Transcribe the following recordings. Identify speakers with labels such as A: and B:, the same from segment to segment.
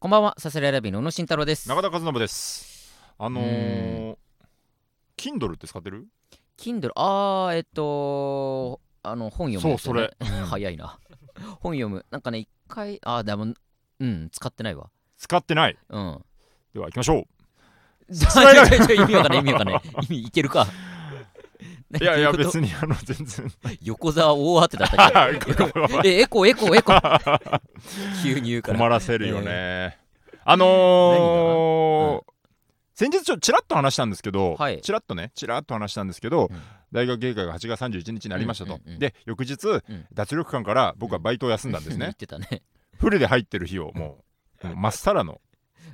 A: こんばんは、サスレラビーの宇野慎太郎です。
B: 中田和信ですあのー、Kindle って使ってる
A: Kindle、あー、えっと、あの、本読む、
B: そうそれ。
A: 早いな。 本読む。なんかね、一回、あー、でも、うん、使ってないわ。
B: 使ってない
A: うん。
B: では行きましょ
A: じゃあ、
B: 使
A: ちょちょ意味わかんない、意味わかんない。意味いける か。
B: ういやいや
A: どううこと
B: 別にあの全然
A: 横沢大当てだったけ ど。え、エコ、エコ、エコ。急に言うから。
B: 困らせるよね、あのー
A: うん
B: 先日ちょっとちらっと話したんですけど、
A: はい
B: ちらっとねちらっと話したんですけど、
A: うん
B: 大学芸会が8月31日になりましたと、
A: うんうんうん
B: で翌日、
A: ん
B: 脱力館から僕はバイトを休んだんです
A: 言っ
B: ね、
A: てたね。
B: フルで入ってる日をもうもうまっさらの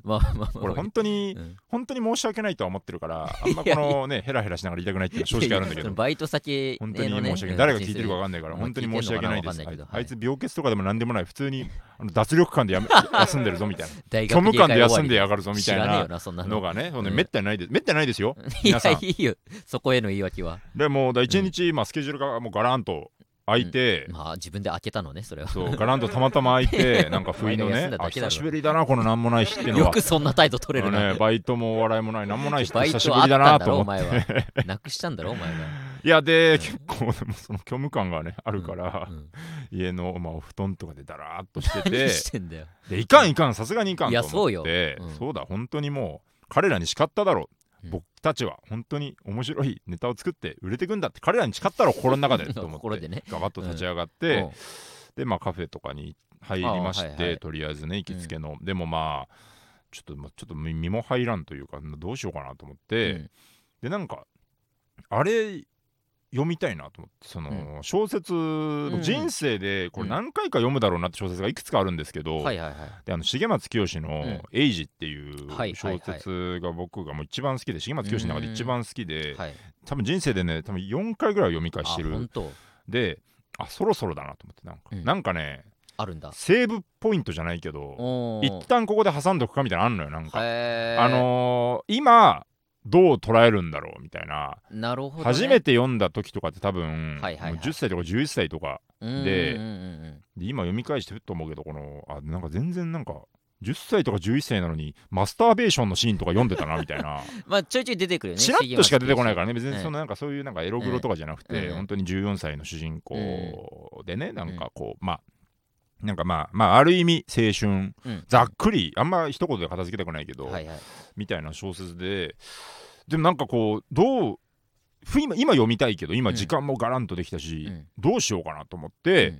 A: まあまあまあ。
B: これ本当に、
A: うん
B: 本当に申し訳ないとは思ってるからあんまこのねヘラヘラしながら言いたくないっていうのは正直あるんだけ
A: そ
B: ど
A: のバイト先
B: 本当に申し訳ない、
A: うん
B: 誰が聞いてるか分かんないから、
A: うん
B: 本当に申し訳ないです。
A: 聞いてんのかな分かんないけど
B: あい
A: はい
B: あいつ病欠とかでも何でもない、普通にあの脱力感でやめ 休んでるぞ みたいな、
A: 大
B: 虚
A: 学
B: 無
A: 芸会
B: 感
A: 終
B: で
A: わり
B: 休んでやがるぞみたい
A: 知らねえよ
B: な
A: な、そんな
B: の
A: の。
B: がね、そうね
A: うん
B: めったにないです、めったにないですよ。
A: いや
B: 皆さん、
A: いいよ。そこへの言い訳は。
B: でもうだ1日、まあ、スケジュールがもうガランと空いて、
A: まあ自分で開けたのね、それは。
B: そうガランとたまたま空 いて、なんか不意の
A: お前が休
B: ね
A: んだ、だ
B: あ
A: けだろ
B: 久しぶりだな、このなんもない日っていうの
A: よ
B: は。
A: くそんな態度取れる
B: あの
A: な。
B: ね、バイトもお笑いもない、なんもない日って
A: バイ
B: 久し
A: ト
B: ぶ
A: あっ
B: り
A: た
B: だ
A: んだ
B: なと
A: ろ、お
B: 思って。
A: 前は。なくしたんだろ、お前は。
B: いや、で、結構、でもその虚無感が ね、あるから
A: う、ん
B: 家の、まあ、お布団とかでだらーっとしてて
A: 何。してんだよ。
B: でいかんいかんさすがにいかん
A: いや
B: と思
A: そ
B: って
A: うようん
B: そうだ本当にもう彼らに誓っただろう、
A: うん
B: 僕たちは本当に面白いネタを作って売れてくんだって彼らに誓ったろ心の中 でと思
A: 心
B: っ
A: で
B: て
A: ね。
B: ガバッと立ち上がって、
A: うん
B: でまあカフェとかに入りまして、
A: ああはいはい
B: とりあえずね行きつけの、でもまあちょっとまあちょっと身身も入らんというかどうしようかなと思って、
A: うん
B: でなんかあれ読みたいなと思ってその、小説、
A: ん
B: 僕人生でこれ何回か読むだろうなって小説がいくつかあるんですけど、
A: はいはいはい。
B: であの重松清
A: うん
B: の「エイジ」っていう
A: はいはいはい
B: 小説が僕がもう一番好きで重松清の中で一番好きで
A: はい、
B: 多分人生でね多分4回ぐらい読み返
A: あ、
B: してる
A: 本当
B: であそろそろだなと思ってなんか、
A: うん
B: なんかね
A: あるんだ。
B: セーブポイントじゃないけど
A: おー
B: 一旦ここで挟んどくかみたいなのあんのよなんか、
A: へー
B: あのー今どう捉えるんだろうみたいな、
A: なるほど、ね。
B: 初めて読んだ時とかって多分、
A: はいはいはい
B: もう10歳とか11歳とかで
A: うんうんうんうん
B: で今読み返してふっと思うけどこのあなんか全然なんか10歳とか11歳なのにマスターベーションのシーンとか読んで たなみたいな
A: まあちょいちょい出てくるよね。
B: チラッとしか出てこないからね別
A: ええ
B: にそのなんかそういうなんかエログロとかじゃなくて、
A: ええ
B: 本当に14歳の主人公でね、なんかこうまあなんかまあまあある意味青春、
A: うん
B: ざっくりあんま一言で片付けたくないけど、
A: はいはい。
B: みたいな小説ででもなんかこうどうふ今今読みたいけど今時間もガランとできたし、
A: うん
B: どうしようかなと思って、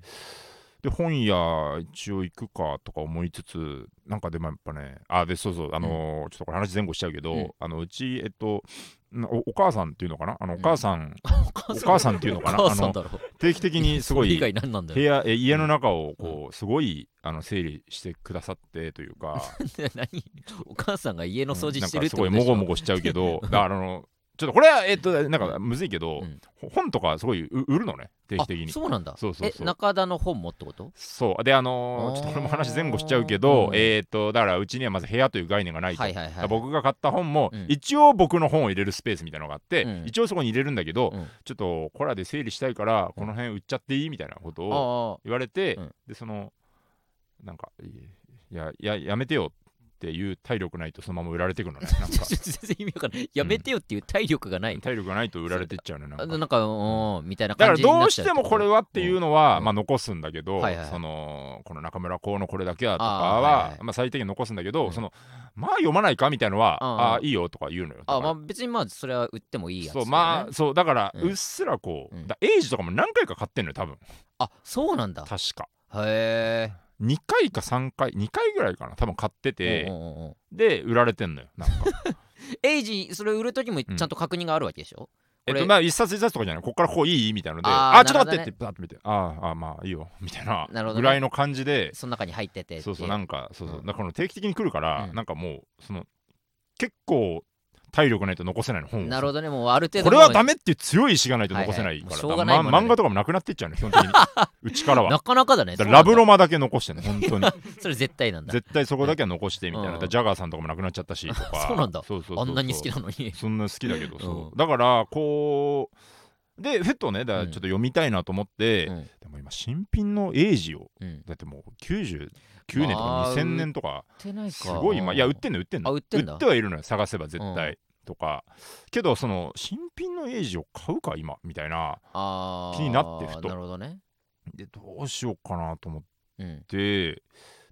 B: で本屋一応行くかとか思いつつなんかでもやっぱねあでそうそうあのーちょっとこれ話前後しちゃうけど、
A: うん
B: あのうちえっとんおお母さんっていうのかなあのお
A: ん
B: 母さん、
A: お母
B: お
A: さん
B: 母さんっていうのかな
A: お
B: あ
A: 母さん
B: の
A: だろ。
B: 定期的にすご
A: 以
B: い
A: 外何なんだ
B: 部
A: よ。
B: 屋え家の中をこうすごいあの整理してくださってというか
A: 何お母さんが 家の掃除してる
B: なんか
A: って
B: す
A: こ
B: ごい
A: とでし
B: も
A: ょ
B: ごもごしちゃうけ どだからあのちょっとこれはえっとなんかむずいけど、
A: うん
B: 本とかすごいう売るのね定期的に
A: あそうなんだ
B: そうそうそう
A: え中田の本もってこと
B: そうであのー
A: あー
B: ちょっとこれも話前後しちゃうけど、
A: うん
B: えっ、とだからうちにはまず部屋という概念がないと、
A: はいはいはい
B: 僕が買った本も、
A: うん
B: 一応僕の本を入れるスペースみたいなのがあって、
A: うん
B: 一応そこに入れるんだけど、
A: うん
B: ちょっとコラで整理したいからこの辺売っちゃっていいみたいなことを
A: あ
B: 言われて、
A: うん
B: でそのなんかいやいややめてよっていう体力ないとそのまま売られてくのね なん
A: あ
B: か
A: 全然意味わかんないやめてよっていう体力がない、
B: 体力がないと売られてっちゃうねなん
A: あ
B: か
A: のなんかおーみたいな
B: だか
A: 感
B: ら
A: じに
B: ど
A: なっ
B: う
A: ち
B: し
A: ゃうってて
B: も
A: こと
B: これはっていうのは、
A: うん
B: まあ、残すんだけど、
A: はいはいはい
B: そのこの中村公のこれだけはとか
A: あー
B: は
A: はいはい
B: まあ、最低限残すんだけど、
A: うん
B: そのまあ読まないかみたいのは、
A: うんうん
B: ああいいよとか言うのよ。
A: あ
B: だか
A: ま
B: ら
A: あ別にまあそれは売ってもいいやつだ
B: そ
A: よ
B: う
A: ね、
B: まあそうだから、
A: う
B: うんっすらこう、
A: うん
B: だエイジとかも何回か買ってんのよ多分
A: あそうなんだ
B: 確か
A: へ
B: 2回か3回2回ぐらいかな多分買って
A: え
B: て、で売られてんのよなんか
A: エイジそれ売る時もちゃんと確認があるわけでしょ、こ
B: えっ
A: とれ
B: まあ一冊一冊とかじゃないこっからこういいみたいなので
A: あ
B: あ
A: ー
B: あちょっと待っ
A: な
B: て
A: るほどね
B: ってバーッと見てあーあーまあいいよみたいな
A: なるほどね
B: ぐらいの感じで
A: その中に入っててって
B: そうそうなんかそうそう、
A: うん
B: だからこの定期的に来るから、
A: うん
B: なんかもうその結構体力ないと残せないの本を
A: なるほどねもうある程度
B: これはダ
A: メ
B: メっていう強い意志がないと残せないから,
A: はいはいもう
B: だ
A: しょ
B: か
A: う
B: ら、
A: がないもんね
B: ま漫画とかもなくなってっちゃうの基本 的にうちからは
A: なかなかだね
B: だからラブロ
A: マ
B: マだけ残してんの本当に
A: それ絶対 なんだ
B: 絶対そこだけは残してみたいな、
A: うん
B: だからジャガーさんとかもなくなっちゃったしとか
A: そうなんだ
B: そうそうそうそう
A: あんなに好きなのに
B: そんな好きだけどそう、
A: うん
B: だからこうでふとねだからちょっと読みたいなと思って、
A: うん
B: でも今新品の英字を
A: うん、売っ
B: だってもう99年と
A: あ
B: か
A: ー
B: 2000年とか
A: てないか
B: すごい今いや売ってんの売ってんの
A: あ売ってんだ
B: はいるのよ探せば絶
A: う
B: 対とかけどその新品の英字を買うか今みたいな
A: あー
B: 気になってふと
A: なるほどね
B: でどうしようかなと思っ
A: うん
B: てで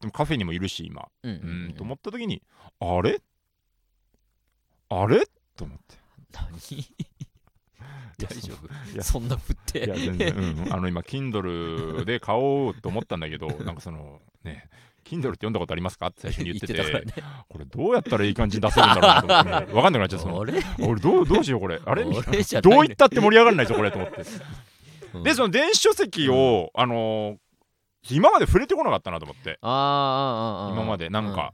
B: もカフェにもいるし今
A: うんう
B: うんんと思
A: っ
B: った時にあれあれと思って
A: 何 大丈
B: い
A: 夫
B: や
A: そんな振って
B: いや全然、うん、あの今 Kindle で買おうと思ったん だけどなんかそのね Kindle って読んだことありますかって最初に言ってて
A: 言ってたからね
B: これどうやったらいい感じに出せるんだろうなと思 って、分かんなくなっちゃってその
A: あれ
B: 俺どうどうしようこれあれ
A: あれじゃない
B: どういったって盛り上がらないぞこれと思って
A: うん
B: でその電子書籍を、あのー今まで触れてこなかったなと思って
A: あーあーあーあー
B: 今までなんか、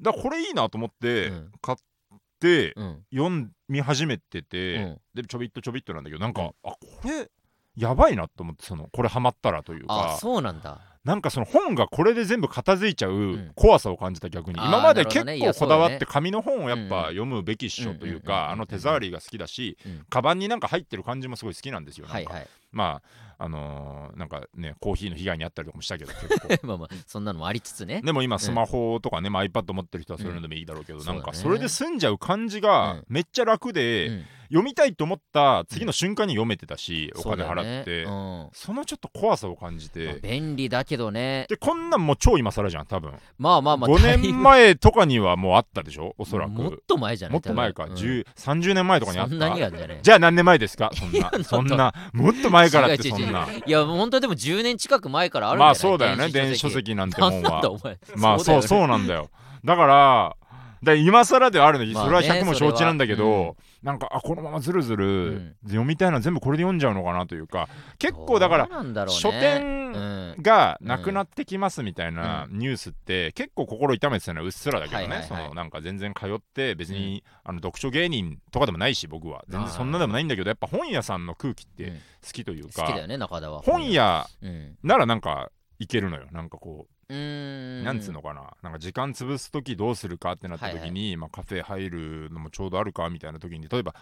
B: だからこれいいなと思っ
A: う
B: て
A: ん
B: 買って
A: うん
B: 読み始めて
A: う
B: て、
A: ん
B: でちょびっとちょびっとなんだけどなんか、
A: うん
B: あこれやばいなと思ってそのこれハマったらという
A: あ
B: か
A: そうなんだ
B: なんかその本がこれで全部片付いちゃ
A: ん
B: う怖さを感じた逆に、
A: あー
B: 今まで
A: なるほ
B: 結
A: どねいや
B: 構こだわっ
A: そうだ
B: て紙の本をやっ
A: うん
B: ぱ読むべきっしょと
A: うんうん
B: いう
A: うんうん
B: かあの手触りが好きだし、
A: うん
B: カバンになんか入ってる感じもすごい好きなんですよなんか
A: はいはい
B: まああのーなんかねコーヒーの被害にあったりとかもしたけど結 構
A: まあまあそんなのもありつつね
B: でも今スマホとかね、まあ、iPad 持ってる人はそういうのでもいいだろうけど、
A: うん
B: なん
A: そう
B: か
A: だね
B: それで済んじゃう感じ
A: う
B: が
A: ん
B: めっちゃ楽で、
A: うん
B: 読みたいと思った次の瞬間に読めてたし、お金払って
A: そうだ
B: そ,、
A: よね
B: のちょっと怖さを感じ
A: うんまあ
B: て
A: 便利だけどね
B: でこんなんもう超今更じゃん多分、
A: まあまあまあ
B: 5年前とかにはもうあったでしょおそらく
A: もっと前じゃない
B: もっと前か、
A: 多分
B: 10 30年前とかにあっ
A: そんなに
B: た
A: あるんじゃない
B: じゃあ何年前ですかそん
A: いやなん
B: な
A: だ
B: そんなもっと前からっ
A: 違う
B: て
A: 違う
B: そ
A: ん
B: ない
A: やもう本当にでも10年近く前からあるんじゃない
B: まあそうだよね電子書籍なんてもん
A: なん
B: は
A: だお前
B: まあそうそううなんだよだからだから今更ではあるのに、
A: まあ
B: そ
A: ね
B: れは100も承知なんだけ
A: それは
B: ど、なんかあこのままずるず
A: う
B: る
A: ん
B: 読みたいの全部これで読んじゃうのかなというか
A: だ
B: 結
A: よね
B: 構だから
A: どうなんだろうね
B: 書店
A: うん
B: がなくなってきますみたいな
A: う
B: ニュースって結構心痛めてたのはうっすらだけど
A: はいはいは
B: ね
A: い
B: そのなんか全然通って別にあの読書芸人とかでもないし僕は全然そんなでもないんだけどやっぱ本屋さんの空気っ
A: う
B: て
A: ん
B: 好きという
A: 好きだ
B: か
A: よね中田は
B: 本屋
A: うん
B: ならなんかいけるのよなんかこ
A: う
B: う
A: ーん
B: なんつうのかななんか時間潰す時どうするかってなった
A: はいはい
B: 時にまあカフェ入るのもちょうどあるかみたいな時に例えば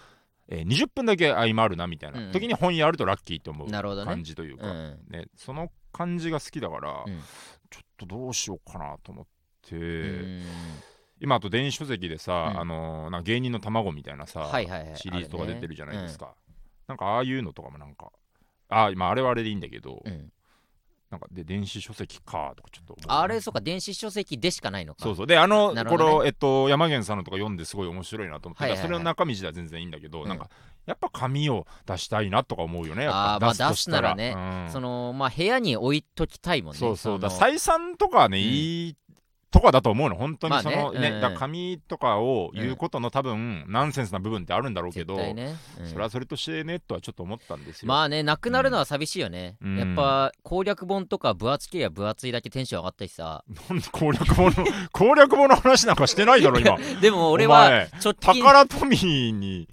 B: えー20分だけ合間あるなみたい
A: うんうん
B: な時に本屋あるとラッキーと思う
A: なるほどね
B: 感じという
A: う
B: か
A: ん
B: ね、その感じが好きだから、
A: うん
B: ちょっとどうしようかなと思って、
A: うん
B: 今あと電子書籍でさ、
A: うん
B: あのーなんか芸人の卵みたいなさ、
A: はいはいはい
B: シリーズとか出てるじゃないです
A: か
B: か、なんかああいうのとかもなんかあ今あれはあれでいいんだけど、
A: うん
B: なんかで電子書籍かとかちょっと思う
A: あれそうか電子書籍でしかないのか
B: そうそうであの、
A: なるほ
B: こ
A: どね
B: の、えっと、山源さんのとか読んですごい面白いなと思って、
A: はいはいはい
B: それの中身自体は全然いいんだけど、
A: うん
B: なんかやっぱ紙を出したいなとか思うよねやっ
A: あーま
B: ぱ
A: あ
B: 出すとしたら、
A: 出すな
B: うん
A: そのまあ部屋に置いときたいもんね
B: そうそうだ
A: の
B: 採算とかね、
A: うん
B: いいとかだと思うの本当にそ
A: まあ
B: の、
A: ね
B: ね
A: うん
B: だから紙とかを言うことの多分、ナンセンスな部分ってあるんだろうけ
A: 絶
B: ど、
A: 対ねうん
B: それはそれとしてねとはちょっと思ったんですよ、
A: まあねなくなるのは寂しいよね、
B: うん
A: やっぱ攻略本とか分厚けりゃ分厚いだけテンション上がったしさ
B: なんで攻略本の攻略本の話なんかしてないだろ今
A: でも俺
B: お
A: は
B: 前
A: 直近
B: 宝富に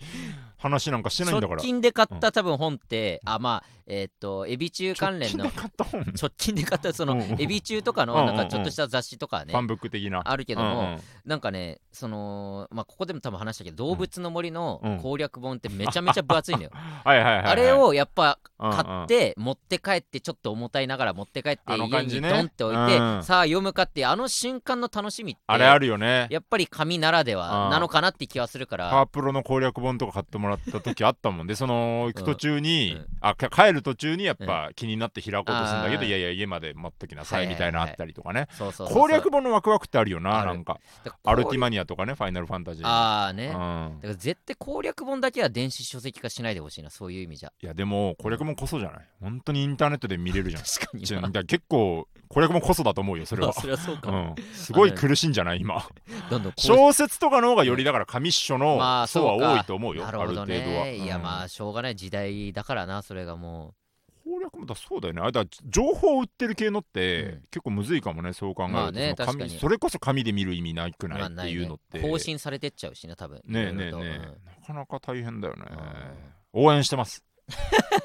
B: 話なんかしてないんだ
A: 直
B: から
A: 近で買った多分本って、あまあえーっとエビ中関連の
B: 直近で買った本
A: 直近で買ったそ
B: うん
A: の
B: うん
A: エビ中とかの
B: うんうん
A: な
B: うん
A: んかちょっとした雑誌とか
B: フ
A: ね
B: ァンブック的な
A: あるけども、
B: うんうん
A: なんかねそのまあここでも多分話したけど動物の森
B: う
A: の
B: ん
A: 攻略本ってめちゃめちゃ分厚いのよ、
B: はいはいはいはい
A: あれをやっぱ
B: うんうん
A: 買って持って帰ってちょっと重たいながら持って帰って
B: あの
A: 家
B: 感
A: に
B: じね
A: ドンって置いて、
B: うん
A: さあ読むかってあの瞬間の楽しみって
B: あれあるよね
A: やっぱり紙ならで
B: う
A: は
B: ん
A: なのかなって気はするから
B: パワープロの攻略本とか買ってもらった時あったもんでその行く途中に、
A: うん
B: あか帰る途中にやっぱ気になって開こうとするんだけど、
A: あー
B: いやいや家まで待っときなさい
A: はい
B: み
A: はいは
B: た
A: い
B: いなあったりとかね、
A: そうそうそう
B: 攻略本のワクワクってあるよ
A: あ
B: な
A: る
B: なんか
A: だから
B: アルティ
A: こ
B: マニアとかねファイナルファンタジ
A: う
B: ー
A: ああね、だか
B: う
A: ら
B: ん
A: 絶対攻略本だけは電子書籍化しないでほしいなそういう意味じゃ
B: いやでも攻略本こそじゃない本当にインターネットで見れるじゃん
A: 確か に
B: ちょ
A: な
B: だから結構攻略本こそだと思うよそれ
A: まあ
B: は、
A: それはそうか、
B: うん、すごい苦しいんじゃない今
A: どんどんこう
B: 小説とかの方がよりだから紙っしょ
A: ま
B: の
A: あ
B: 層は
A: そうか
B: 多いと思うよ、
A: なる
B: あ
A: ほ
B: る
A: ど
B: 程度は、
A: ねいや
B: うん
A: まあしょうがない時代だからなそれがも
B: 攻略もだそうだよねあれだ情報を売ってる系のって、
A: うん
B: 結構むずいかもねそう考えると、
A: まあね
B: その紙
A: 確かに
B: それこそ紙で見る意味ないく
A: う
B: ない
A: まあ
B: っていうのって、
A: ね、更新されてっちゃうしね多分
B: ねえ
A: いろい
B: ね
A: ろ
B: え
A: と
B: ねえ、なかなか大変だよね、応援してます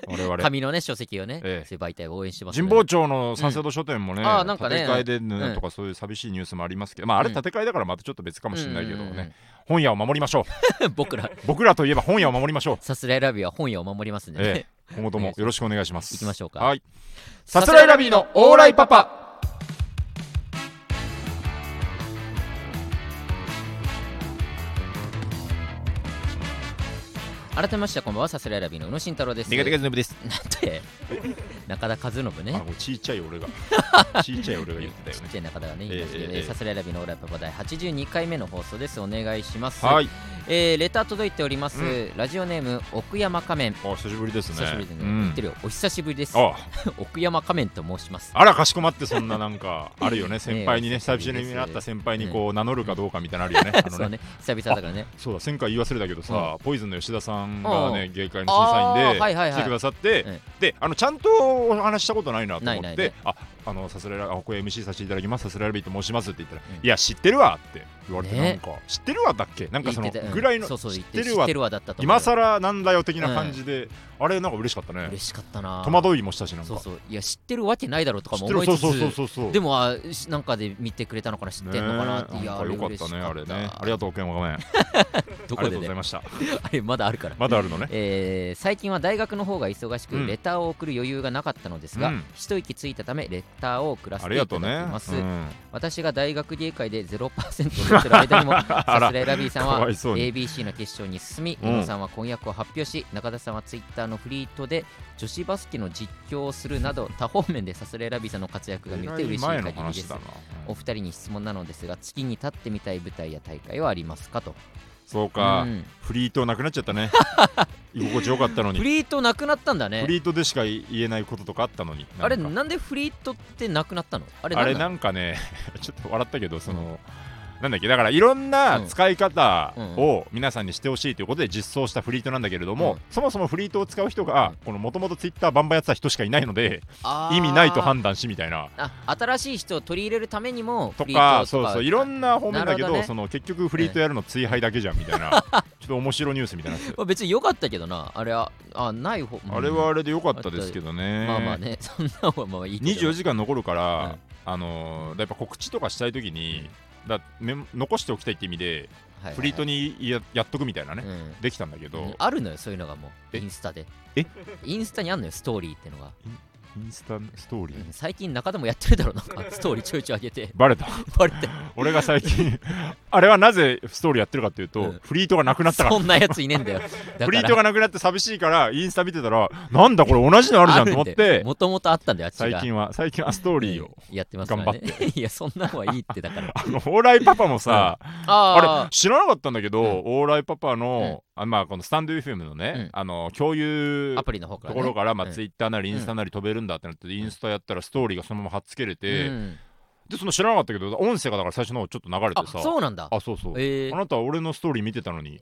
B: 我々
A: 紙のね書籍をね、
B: ええ
A: そういう媒体を応援してます、ね、
B: 神保町の三省堂書店もね、
A: うんあーなんかね
B: 建て替えでねとかそういう寂しいニュースもありますけど、まああれ
A: うん
B: 建て替えだからまたちょっと別かもしれないけどね、
A: うんうんうん
B: 本屋を守りましょう
A: 僕ら
B: 僕らといえば本屋を守りましょう
A: さすらいラビーは本屋を守りますん でね、
B: ええ今後ともよろしくお願いします
A: 行きましょうか
B: はい
A: さす
B: さす
A: ら
B: ら
A: い
B: い
A: ラ
B: ラ
A: ビ
B: ビ
A: ー
B: ー
A: の
B: の
A: オ
B: オ
A: ーラ
B: ーラ
A: イ
B: イ
A: パ
B: パパ
A: 改めましてこんばんはさすらいラビーの宇野慎太郎です
B: ズノブです
A: なんて 中田和信
B: あ
A: ね
B: のちいちゃ い俺がちいちゃい俺が言ってたよ
A: ち
B: ね
A: っちゃい中田がね、言いましたけど
B: ええええ
A: さすらいラビーのオーライパパ第82回目の放送です。お願いします。
B: はい
A: えーレター届いております。
B: う
A: ラジオネーム、奥山仮面。
B: お久しぶりですね
A: 久しぶりですね。
B: う
A: 言っ
B: ん
A: てるよ。お久しぶりです。
B: あ
A: 奥山仮面と申します。
B: あらかしこまってそんななんかあ るよね先輩に
A: ええ
B: ね久しぶりに会った先輩にこう名乗るかどうかみたいなのあるよねあ
A: そう
B: のね
A: ね、久々だからね。
B: そうだ前回言い忘れたけどさ、ポイズンの吉田さんがね芸会の
A: あ
B: 審
A: ー
B: 査員で
A: はいはいはい
B: 来てくださって、
A: うん
B: であのちゃんとお話ししたことないなと思って
A: ないないね
B: ああのさすらいあここ MC させていただきますさすらいラビーと申しますって言ったら、
A: うん
B: いや知ってるわって言われて
A: ね
B: なんか、知ってるわだっけなんかそ
A: 言
B: の
A: ってたうん
B: ぐらいの、
A: そうそう
B: 知っ
A: 言って知
B: てる
A: っ
B: わ
A: てるわだったと思う
B: 今更なんだよ的な感じで、あれなんか嬉しかったね
A: 嬉しかったな。
B: 戸惑いもしたしなんか
A: そうそう。いや、知ってるわけないだろうとか
B: 知
A: も
B: って
A: 思
B: る
A: いつ
B: そう
A: つ。
B: そうそうそうそう
A: でもあしなんかで見てくれたのかな知ってんのかなって、
B: ねえ
A: いや
B: なんかよかったねあれねありが
A: と
B: とうごめんあ
A: うどこ
B: りが
A: と
B: う
A: で
B: ござい
A: ね
B: ました
A: あれまだあ るから
B: まだあるのね
A: えー最近は大学の方が忙し
B: う
A: く
B: ん
A: レターを送る余裕がなかったのですが、
B: うん
A: 一息ついたためレターを送らせ
B: あ
A: て
B: り
A: いた
B: が
A: だ
B: と
A: き
B: うね、
A: ます、
B: うん
A: 私が大学芸会で0%をってる 間にもさすらいラビーさん
B: か
A: は
B: わいそうに
A: ABC の決勝に進み、
B: うん
A: 宇野さんは婚約を発表し中田さんはツイッターのフリートで女子バスケの実況をするなど多方面でさすらいラビーさんの活躍が見れて嬉しい
B: 前
A: 限
B: の
A: りで
B: 話
A: す
B: だな、
A: お二人に質問なのですが月に立ってみたい舞台や大会はありますかと
B: そうか、
A: うん
B: フリートなくなっちゃっ たね居心地よかったのに
A: フ
B: フリ
A: リートなくなったんだね
B: ートでしか言えないこととかあったのになんか
A: あれなんでフリートってなくなったのあれ
B: あれ
A: な
B: なんんかね ちょっと笑ったけどその、なんだっけだからいろんな使い方を皆さんにしてほしいということで実装したフリートなんだけれども、
A: うん
B: そもそもフリートを使う人がこのもともとツイッターバンバンやってた人しかいないので
A: あー
B: 意味ないと判断しみたいな
A: あ新しい人を取り入れるためにも
B: と
A: フリー
B: か
A: トと
B: そうそういろんな方面だけ
A: なるほ
B: ど
A: どね
B: その結局フリートやるの追敗だけじゃんみた いなちょっと面白いニュースみたいになって
A: まあ別に良かったけどなあれはあない方
B: あれはあれで良かったですけどね。
A: まあまあね そんなのはまあいいけど
B: 24時間残るから、
A: うん
B: あのーやっぱ告知とかしたいときに、だメモ残しておきたいって意味で、
A: はいはいはい
B: フリートにややっとくみたいなね、
A: うん
B: できたんだけど、
A: あるのよそういうのがもう
B: え
A: インスタで
B: え
A: インスタにあんのよストーリーってのが
B: インスタストーリー、
A: うん最近中でもやってるだろうなん かストーリーちょいちょい上げて
B: バレた、
A: バレて
B: 俺が最近、あれはなぜストーリーやってるかっていうと、
A: うん
B: フリートがなくなったから。
A: そんなやついねえん だよだ
B: フリートがなくなって寂しいからインスタ見てたらなんだこれ同じのあるじゃんと思って
A: もともとあったんだよあっちが
B: 最近は最近はストーリーを
A: やってますからね
B: 頑
A: いやそんなのはいいってだから
B: あのオーライパパもさ、 あれ
A: あ
B: 知らなかったんだけど、
A: うん
B: オーライパパの、あまあこのスタンド FM のね、
A: うん
B: あの共有
A: あアプリの方から
B: と
A: ね
B: ころから、まあ
A: うん
B: ツイッターなりインスタなり飛べるんだってなって、インスタやったらストーリーがそのまま貼っつけれて、
A: うん
B: でその知らなかったけど音声がだから最初の方ちょっと流れ
A: あ
B: てさ
A: そうなんだ
B: あそうそう、
A: えー
B: あなたは俺のストーリー見てた のに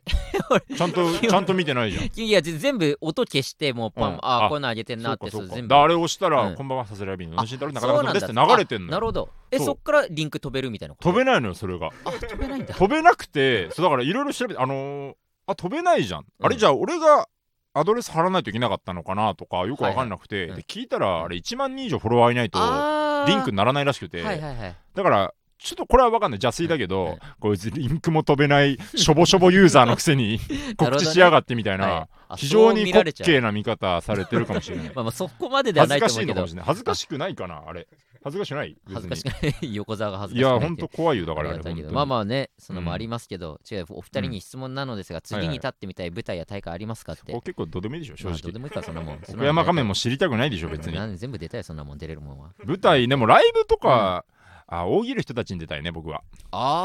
B: ちゃんとちゃんと見てないじゃん
A: いやぜ全部音消してもうパン、
B: うん
A: あ
B: あ
A: こんなんあげてんなって
B: そう
A: そ
B: か
A: う
B: そう
A: 全部
B: かだあれ押したら、
A: うん
B: こんばんはさすらいびんの
A: あ
B: のしんたろなかな
A: そ
B: か
A: う
B: そ
A: な
B: うんで
A: だ
B: すって流れてん
A: あな
B: の
A: る
B: よ
A: ほどえ
B: そう
A: そっからリンク飛べるみたいなこと
B: 飛べないのよそれが
A: あ飛べないんだ
B: 飛べなくてそうだからいろいろ調べてあのーあ飛べないじゃん、あれじゃあ俺がアドレス貼らないといけなかったのかなとかよく分かんなくて、
A: いはいうん
B: で聞いたらあれ1万人以上フォロワーいないと
A: あー
B: リンクにならないらしくて、
A: はいはいはい
B: だからちょっとこれは分かんない邪推だけど、
A: うんうん
B: こいつリンクも飛べないしょぼしょぼユーザーのくせ
A: な
B: に
A: るほ
B: 告
A: どね
B: 知しやがってみたいな
A: はいあ
B: 非
A: そ
B: 常
A: う
B: に
A: 見
B: 滑
A: られちゃう
B: 稽な見方されてるかもしれない
A: まあまあそこま ででは
B: 恥
A: な
B: ず
A: いと
B: か
A: 思うけど
B: しいのかもしれない恥ずかしくないかなあれ恥ずかしくない
A: 恥ずかし
B: く
A: くない横澤が恥
B: い
A: ずかしく
B: や
A: ないって
B: ほんと怖いよだからあ
A: ありが
B: れ
A: たいけど
B: 本当に
A: まあまあねそのもありますけど、違うお二人に質問なのですが、次
B: はい
A: に
B: はい
A: 立ってみたい舞台や大会ありますかって、
B: こう結構どうでもいいでしょ正
A: まあ
B: 直
A: どうでもいいからそんなもん
B: 奥山仮面
A: も
B: も知りたくないでしょ別に
A: 全部出たよそんなもん出れるもんは
B: 舞台でもライブとか、あ大喜利人たちに出たいね僕は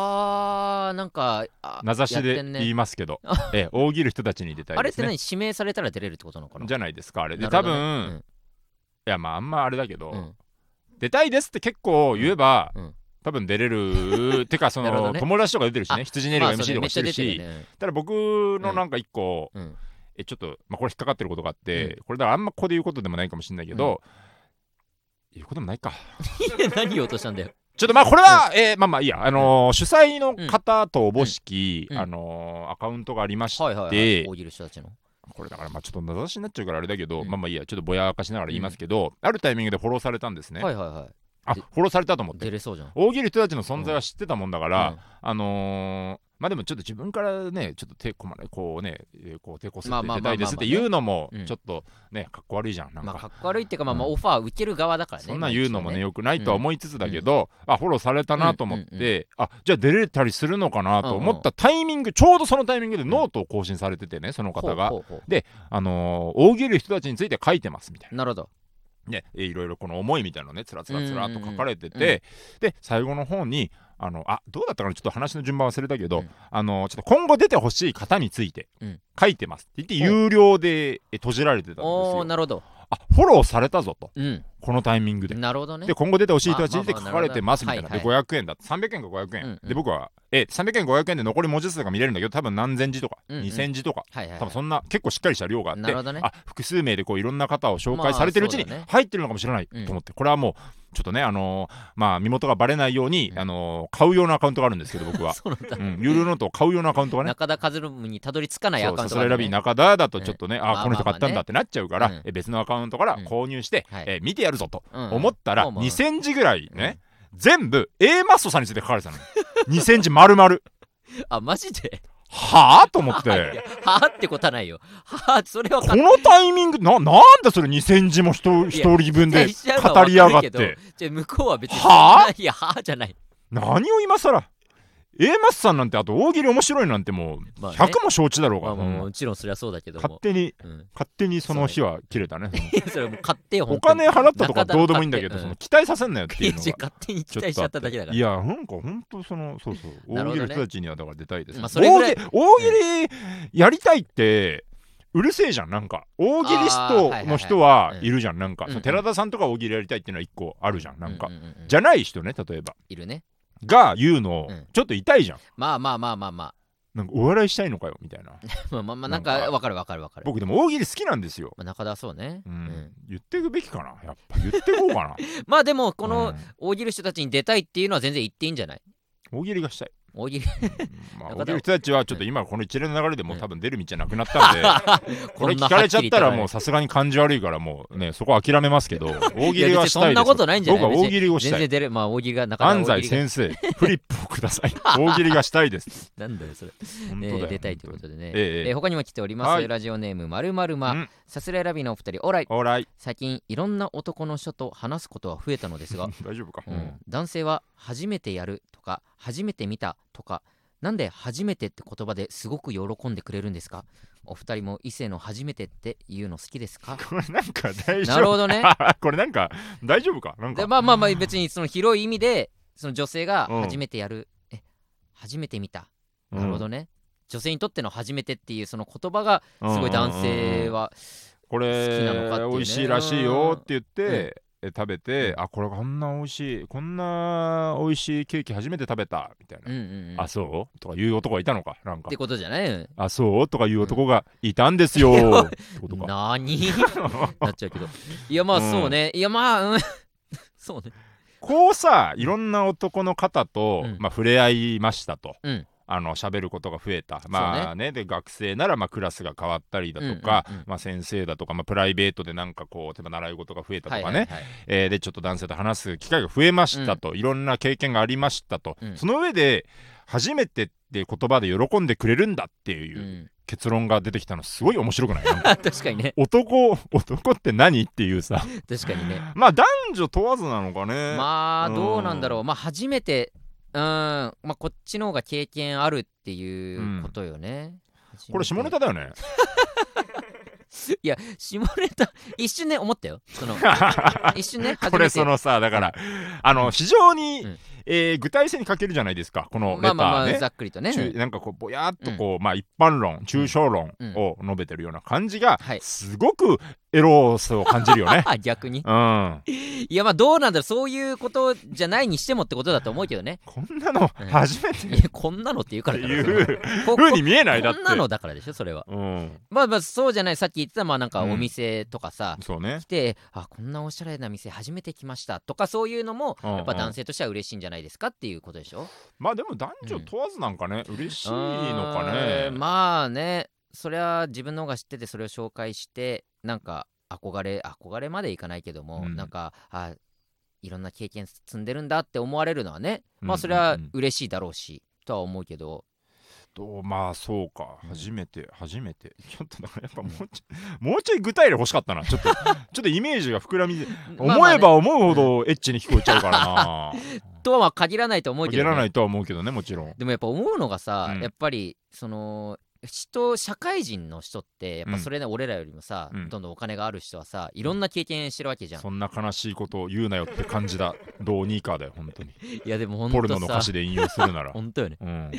A: あーなんかあ
B: 名指し
A: やって
B: で
A: ん
B: 言い
A: ね
B: ますけど、ええ大喜利人たちに出た
A: あ
B: い
A: れ
B: で
A: っ
B: す
A: て
B: ね
A: 何指名されたら出れるってことなのかな
B: じゃないですかあれで、
A: なる
B: 多
A: ほど
B: 分、
A: ね
B: いやまああんまあれだけど、
A: うんうん
B: 出たいですって結構言えば、
A: うんうん
B: 多分出れるてか そ
A: なるほど
B: の、
A: ね
B: 友達とか出てるし
A: あ
B: ね羊ネイルが
A: まあ
B: MC
A: そ
B: と
A: れめ
B: か
A: っ
B: し
A: ちゃ出て
B: てる
A: る
B: し、
A: よね
B: ただ僕のなんか一個、
A: うん
B: えちょっと、まあ、これ引っかかってることがあって、これだからあんまここで言うことでもないかもしれないけど、言うこともないか
A: いや何言おうとしたん だよ
B: ちょっとまあこれは、えーまあまあいいや、あのー主催の方とおぼしき、
A: うんうん
B: あのーアカウントがありまして、
A: はいはいはい大喜利の人たちの
B: これだからまあちょっと名指しになっちゃうからあれだけど、
A: うん
B: まあまあいいやちょっとぼやかしながら言いますけど、あるタイミングでフォローされたんですね、
A: はいはいは
B: あフォローされたと思っ
A: い
B: て
A: 出れそうじゃん
B: 大喜利人たちの存在は知ってたもんだから、
A: うん
B: あのーまあでもちょっと自分からねちょっと手こまれこうねえーこう手こすっ
A: まあ
B: て
A: まあ
B: 出たいですって言うのも
A: うん
B: ちょっとねかっこ悪いじゃんなん
A: まあか
B: か
A: っこ悪いっていうかまあまあ
B: うん
A: オファー受ける側だからね
B: そんなん言うのもね
A: まあ
B: よくないとは思いつつだけどあフォローされたなと思っ
A: うんうん
B: てあじゃあ出れたりするのかなと思ったタイミングちょうどそのタイミングでノートを更新されててねその
A: 一応ね
B: 方が
A: ほうほうほ
B: あのー大喜利人たちについて書いてますみたいう
A: なるほど
B: なねえいろいろこの思いみたいなのねつらつらつらっと書かれて
A: うんうんうん
B: てで最後の方にあのあどうだったかなちょっと話の順番忘れたけ
A: う
B: ど、
A: ん
B: あのちょっと今後出てほしい方について
A: うん
B: 書いてますって言って有料でえ閉じられてたんです
A: おお
B: よ
A: なるほど
B: あフォローされたぞと
A: うん
B: このタイミングで
A: なるほどね
B: で今後出てほしい人たちについて
A: まあま
B: 書
A: あまあ
B: かれてますみたいな
A: なる
B: で
A: ほど
B: 500円だって300円か500円、
A: うんうん
B: で僕はえ300円500円で残り文字数が見れるんだけど多分何千字とか、
A: うんうん
B: 2000字とか
A: はいはいは
B: 多分
A: い
B: そんな結構しっかりした量があって
A: なるほどね
B: あ複数名でこういろんな方を紹介されてるうちに
A: まあそうだね
B: 入ってるのかもしれないと思って、これはもうちょっとねあのーまあ身元がバレないように、
A: うん
B: あのー買う用のアカウントがあるんですけど僕 は。
A: そうなんだ
B: うん、ユーロノートを買う用のアカウントがね、
A: 中田和信にたどり着かないア
B: そう
A: カウン
B: サ
A: ト
B: ス
A: があ
B: ラ
A: る
B: イラ
A: の
B: ビー
A: ね
B: 中田だとちょっとね、あ
A: まあ
B: この人買ったんだってなっちゃうか
A: ま
B: ら、
A: あまあね
B: え別のアカウントから
A: うん
B: 購入して、
A: はい
B: え見てやるぞと
A: うん
B: 思ったら
A: そう思う
B: 2000字ぐらいね、全部 A マッソさんについて書かれてたの2000字丸々
A: あマジで
B: はあと思っ
A: いや
B: て
A: はあってことはないよはあそれは
B: このタイミングななんでそれ2000字も人一人分で語りやがって
A: じゃあ向こうは別に
B: はあ
A: いやはあじゃない
B: 何を今更 A マッソさんなんてあと大喜利面白いなんてもう
A: まあね
B: 100も承知だろう
A: ま
B: が、
A: あまあ
B: うん
A: もちろんそりゃそうだけど
B: 勝
A: も
B: 手に
A: うん
B: 勝手にその日は切れたね
A: いやそれもう買ってよ
B: お
A: 本当に
B: 金払ったとかどうでもいいんだけ
A: う
B: ど
A: ん
B: その期待させんなよっていうの
A: いや
B: が
A: 勝手に期
B: ちょ
A: 待しちゃっただけだ
B: っ
A: か
B: とあ
A: ら
B: いやなんか本当そのそうそう
A: なるほどね
B: 大喜利の人たちにはだから出たいです、
A: まあそれぐらい
B: 大喜利大喜利やりたいってうるせえじゃんなんか大喜利ス
A: あーはいはい
B: ト
A: はい
B: の人はいるじゃんなんか、
A: うん
B: その寺田さんとか大喜利やりたいっていうのは一個あるじゃんなんか、
A: うううんうん
B: じゃない人ね例えば
A: いるね
B: が言うの
A: うん
B: ちょっと痛いじゃん
A: まあまあまあまあまあ
B: なんかお笑いしたいのかよみたいな
A: まあまあまあ
B: な
A: なんん
B: か
A: かわかるわかるわかる
B: 僕でも大喜利好きなんですよ、
A: まあ中田はそうね
B: うん
A: うん
B: 言っていくべきかなやっぱ言ってこうかな
A: まあでも こ
B: う
A: の
B: ん
A: 大喜利人たちに出たいっていうのは全然言っていいんじゃない
B: 大喜利がしたい
A: 大喜利中田は
B: まあ、大喜利人たちはちょっと今この一連の流れでもう多分出る道はなくなったんで、 これ聞かれちゃったらもうさすがに感じ悪いからもうねそこ諦めま すけど大喜
A: い
B: 利がしたいです
A: や別にそんなことないんじゃない
B: 僕は大喜利をし
A: 全
B: たい
A: 然出るまあ大喜利が中田
B: 安
A: は大喜
B: 西
A: 利が
B: 先生フリップをくだ さい大喜利がしたいです
A: なんだよそれ
B: 本当
A: え
B: だよ、
A: ー出たいということでね
B: ええ
A: えー他にも来ておりま
B: は
A: す
B: い
A: ラジオネームまるまるま
B: うん
A: さすらいラビのお二人オーライ
B: オーライ
A: 最近いろんな男の人と話すことは増えたの ですが
B: 大丈夫か、
A: うん男性は初めてやるとか初めて見たとかなんで初めてって言葉ですごく喜んでくれるんですかお二人も異性の初めてって言うの好きです か
B: これなんか大丈夫
A: なるほどね
B: これなんか大丈夫かなんか
A: でまあまあまあ別にその広い意味でその女性が
B: うん
A: 初めてやる、え初めて見た
B: うん
A: なるほどね、女性にとっての初めてっていうその言葉がすごい男性は、
B: これ
A: 好きなのかっていうね
B: 美味しいらしいよって言って、え食べて、あこれこんな美味しいこんな美味しいケーキ初めて食べたみたいな、
A: うんうんうん、
B: あ
A: っ
B: そうとか言う男がいたのかなんか
A: てことじゃないうん
B: あそうとかいう男がいたんですよ、ってことか
A: 何 なっちゃうけどいやまあそうね、いやまあうん そうね
B: こうさいろんな男の方と、
A: うん
B: まあ、触れ合いましたと、
A: うん
B: あの喋ることが増えたまあねで学生ならまあクラスが変わったりだとか、
A: うんうんうん
B: まあ、先生だとか、まあ、プライベートでなんかこう例えば習い事が増えたとかね、
A: はいはいはい
B: えーでちょっと男性と話す機会が増えましたと、いろんな経験がありましたと、
A: うん、
B: その上で初めてって言葉で喜んでくれるんだっていううん結論が出てきたのすごい面白くないなん か
A: 確かにね
B: 男男って何っていうさ
A: 確かにね
B: まあ男女問わずなのかね、
A: まあ
B: うん
A: どうなんだろう、まあ初めてうんまあこっちの方が経験あるっていうことよね、
B: これ下ネタだよね
A: いや下ネタ一瞬ね思ったよそ の一瞬ね初
B: こ
A: め
B: れ
A: て
B: そのさだからあの非常に、
A: うん
B: えー具体性に欠けるじゃないですかこの
A: ま
B: レタ
A: あまあま
B: ー
A: あ、
B: ね、
A: ざっくりとね
B: 中なんかこうぼやっとこう、まあ一般論抽象論
A: うん
B: を述べてるような感じが、
A: はい
B: すごくエロさを感じるよ ね
A: あ逆に
B: うん
A: いやまあどうなんだろうそういうことじゃないにしてもってことだと思うけどね
B: こんなの
A: うん
B: 初めて
A: い
B: っ
A: やこんなのって言うか
B: て
A: らだろそ
B: い
A: れは
B: う
A: こ
B: 風に見えないだっ
A: こ
B: て
A: んなのだからでしょそれは
B: うん
A: まあまあそうじゃないさっき言ってたまあなんか
B: うん
A: お店とかさ、
B: そうね
A: 来てあこんなおしゃれな店初めて来ましたとかそういうのも
B: うんうん
A: やっぱ男性としては嬉しいんじゃないですかっていうことでしょ
B: まあでも男女問わずなんかね、嬉しいのか
A: うー
B: ね
A: んまあねそりゃ自分の方が知っててそれを紹介してなんか憧れ憧れまでいかないけども、
B: うん
A: なんかあいろんな経験積んでるんだって思われるのはねまあ
B: うん
A: それは
B: うんうん
A: 嬉しいだろうしとは思うけど
B: とまあそうか、
A: うん
B: 初めて初めて ちょっとだからやっぱもうちょいもうちょい具体例欲しかったなちょっと ちょっとイメージが膨らみ
A: まあ
B: 思
A: まあ
B: え
A: ね
B: ば思うほどエッチに聞こえちゃうから な
A: とはまあ限らないと思うけ
B: 限
A: ど、
B: らな
A: ね、
B: いとは思うけどねもちろん
A: でもやっぱ思うのがさ、
B: うん
A: やっぱりその人社会人の人ってやっぱそれね、俺らよりもさ、
B: うん
A: どんどんお金がある人はさいろんな経験してるわけじゃん、
B: そんな悲しいことを言うなよって感じだどうにかだよ本当に
A: いやでも本
B: ポル
A: 当
B: ノの
A: さ
B: 歌詞で引用するなら、
A: 本当よね
B: うん、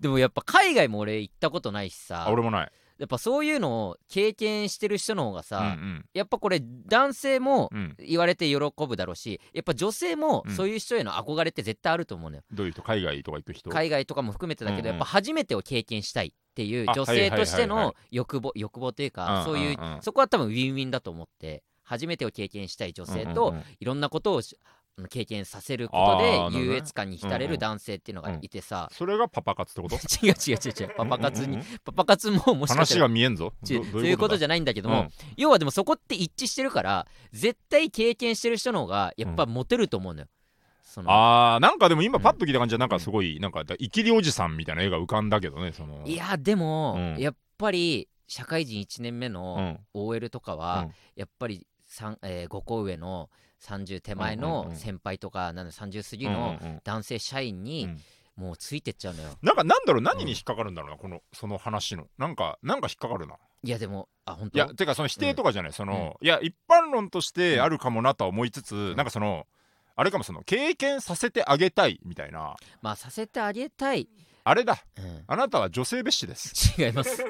A: でもやっぱ海外も俺行ったことないしさ
B: あ俺もない、
A: やっぱそういうのを経験してる人の方が
B: うん
A: さ、やっぱこれ男性も
B: うんうん、
A: 言われて喜ぶだろうしやっぱ女性も
B: うん
A: そういう人への憧れって絶対あると思うのよ、
B: どういう人海外とか行く人
A: 海外とかも含めてだけど、
B: うんうん
A: やっぱ初めてを経験したいっていう
B: あ
A: 女性として
B: はいはいはいは
A: の欲望欲望というか、
B: うん
A: そういう、
B: うんうん
A: そこは多分ウィンウィンだと思って初めてを経験したい女性と、
B: うんうんうん
A: いろんなことをしあの経験させる
B: あ
A: こ
B: ーなる
A: と
B: ほど
A: で
B: ね
A: 優越感に浸れ
B: うんう
A: る
B: ん
A: 男性っていうのがいてさ、
B: それがパパ活ってこと
A: 違う違う違う違う パパ活に、
B: うんうん
A: パパ活ももしかしたら
B: 話が見えんぞ
A: 違
B: ど
A: う
B: ど
A: そういうことじ
B: ゃ
A: ゃないんだけど
B: う
A: も、
B: ん
A: 要はでもそこって一致してるから絶対経験してる人の方がやっぱモテると思うのよ。その
B: あーなんかでも今パッと聞いた感じでなんかすごいなんかイキリおじさんみたいな絵が浮かんだけどねその
A: いやでも、
B: うん
A: やっぱり社会人1年目
B: う
A: の
B: ん
A: OL とか
B: う
A: は
B: ん
A: やっぱり、三え5個上の30手前
B: うんうん
A: の
B: うん
A: 先輩とかなんだ30過ぎ
B: うん
A: の
B: うんうん
A: 男性社員
B: う
A: に
B: ん
A: もうついてっちゃうのよ。
B: なんかなんだろう何に引っかかるんだろうなこのその話のなんかなんか引っかかるない
A: やでもあ本
B: い
A: 当
B: やてかその否定とかじゃないそのいや一般論としてあるかもなとは思いつつ
A: ん
B: なんかそのあれかもその経験させてあげたいみたいな
A: まあさせてあげたい、
B: あれだ
A: うん
B: あなたは女性蔑視です
A: 違い ます。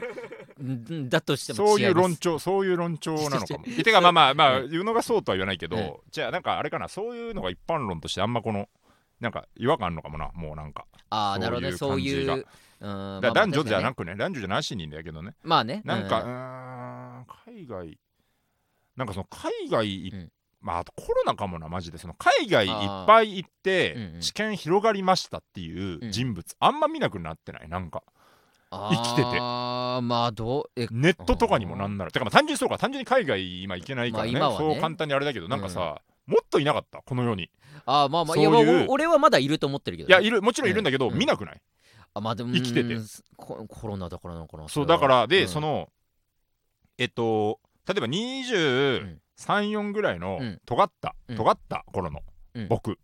A: んだとしても違います。
B: そういう論調そういう論調なのかも
A: 違う違う
B: えてかまあまあまあ
A: う
B: 言うのがそうとは言わないけ
A: うん
B: どじゃあなんかあれかなそういうのが一般論としてあんまこのなんか違和感あるのかもなもうなんか
A: ああ、なるほどね、
B: そ
A: そうう
B: い
A: いうう。
B: 感
A: うんま
B: だから男女じゃな
A: く
B: くね男女じゃなしにだけどね
A: まあね、
B: なんか、う
A: う
B: ーん、海外、なんかその海外い、
A: うん
B: まあ、あとコロナかもな、マジで、その海外いっ
A: あー
B: ぱい行っ
A: うん
B: て
A: う、ん
B: 知見広がりましたっていううん人物、あんま見なくなってない、なんか、生きてて
A: ああ、まあどう、え、
B: ネットとかにもなんなら、てかまあ単純にそうか、単純に海外今行けないからね、
A: まあ今はね
B: そう簡単にあれだけど、なんかさ、もっといなかった、この世に。い
A: ああ、まあまあ、
B: そう
A: い
B: いう
A: や、まあお俺はまだいると思ってるけどね、
B: や、いる、もちろんいるんだけど、
A: うん
B: 見なくない。
A: あまあでも
B: 生きてて
A: うーんココロナだからなのかな。
B: そう、
A: れ
B: だ
A: は
B: から、で、
A: うん
B: その、えっと、例えば23、4ぐらいの
A: うん
B: 尖った、
A: うん
B: 尖った頃の
A: うん
B: 僕、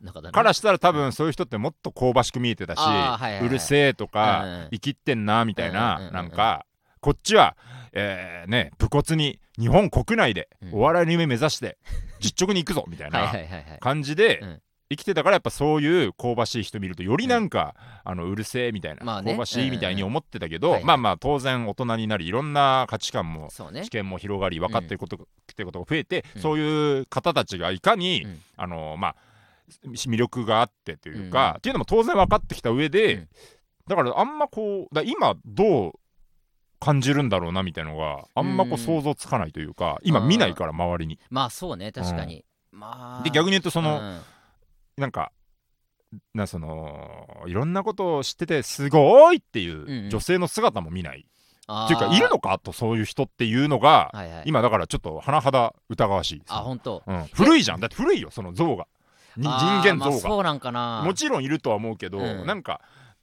A: なんかだね
B: からしたら多分そういう人ってもっと香ばしく見えてたし、
A: あーはいはいはいう
B: るせえとか、
A: うんうん
B: 生きってんなみたいな、
A: うんうんうんうん
B: なんかこっちは、えーね武骨に日本国内で
A: うん
B: お笑いの夢目指して実直に行くぞみたい
A: はいは
B: ない
A: はいはい。
B: 感じで
A: うん
B: 生きてたからやっぱそういう香ばしい人見るとよりなんか、うあのうるせえみたいな、
A: まあね
B: 香ばしいみたいに思ってたけど、
A: うんうんうん
B: まあまあ当然大人になりいろんな価値観も
A: そうね
B: 知。見も広がり分かってること,、ってことが増えて、
A: うん
B: そういう方たちがいかに、
A: うん
B: あのまあ魅力があってというか、
A: うん
B: っていうのも当然分かってきた上で、
A: うん
B: だからあんまこうだ今どう感じるんだろうなみたいのがあんまこ
A: う
B: うん想像つかないというか、今見ないから周りに。
A: まあそうね、確かに。まあ。
B: で逆に言うとそ
A: そ
B: の、なんかなそのいろんなことを知っててすごいってい
A: んう
B: うん女性の姿も見ない、
A: っ
B: っていうかいるのかとそういう人っていうのが、
A: はいはい。
B: 今だからちょっと甚だ疑わしいですね
A: あ、本当。
B: うん、古いじゃんだって古いよその像がに人
A: あー
B: 間
A: まあ
B: 像が、
A: そうなんかな。
B: もちろんいるとは思うけど、
A: うん
B: なんか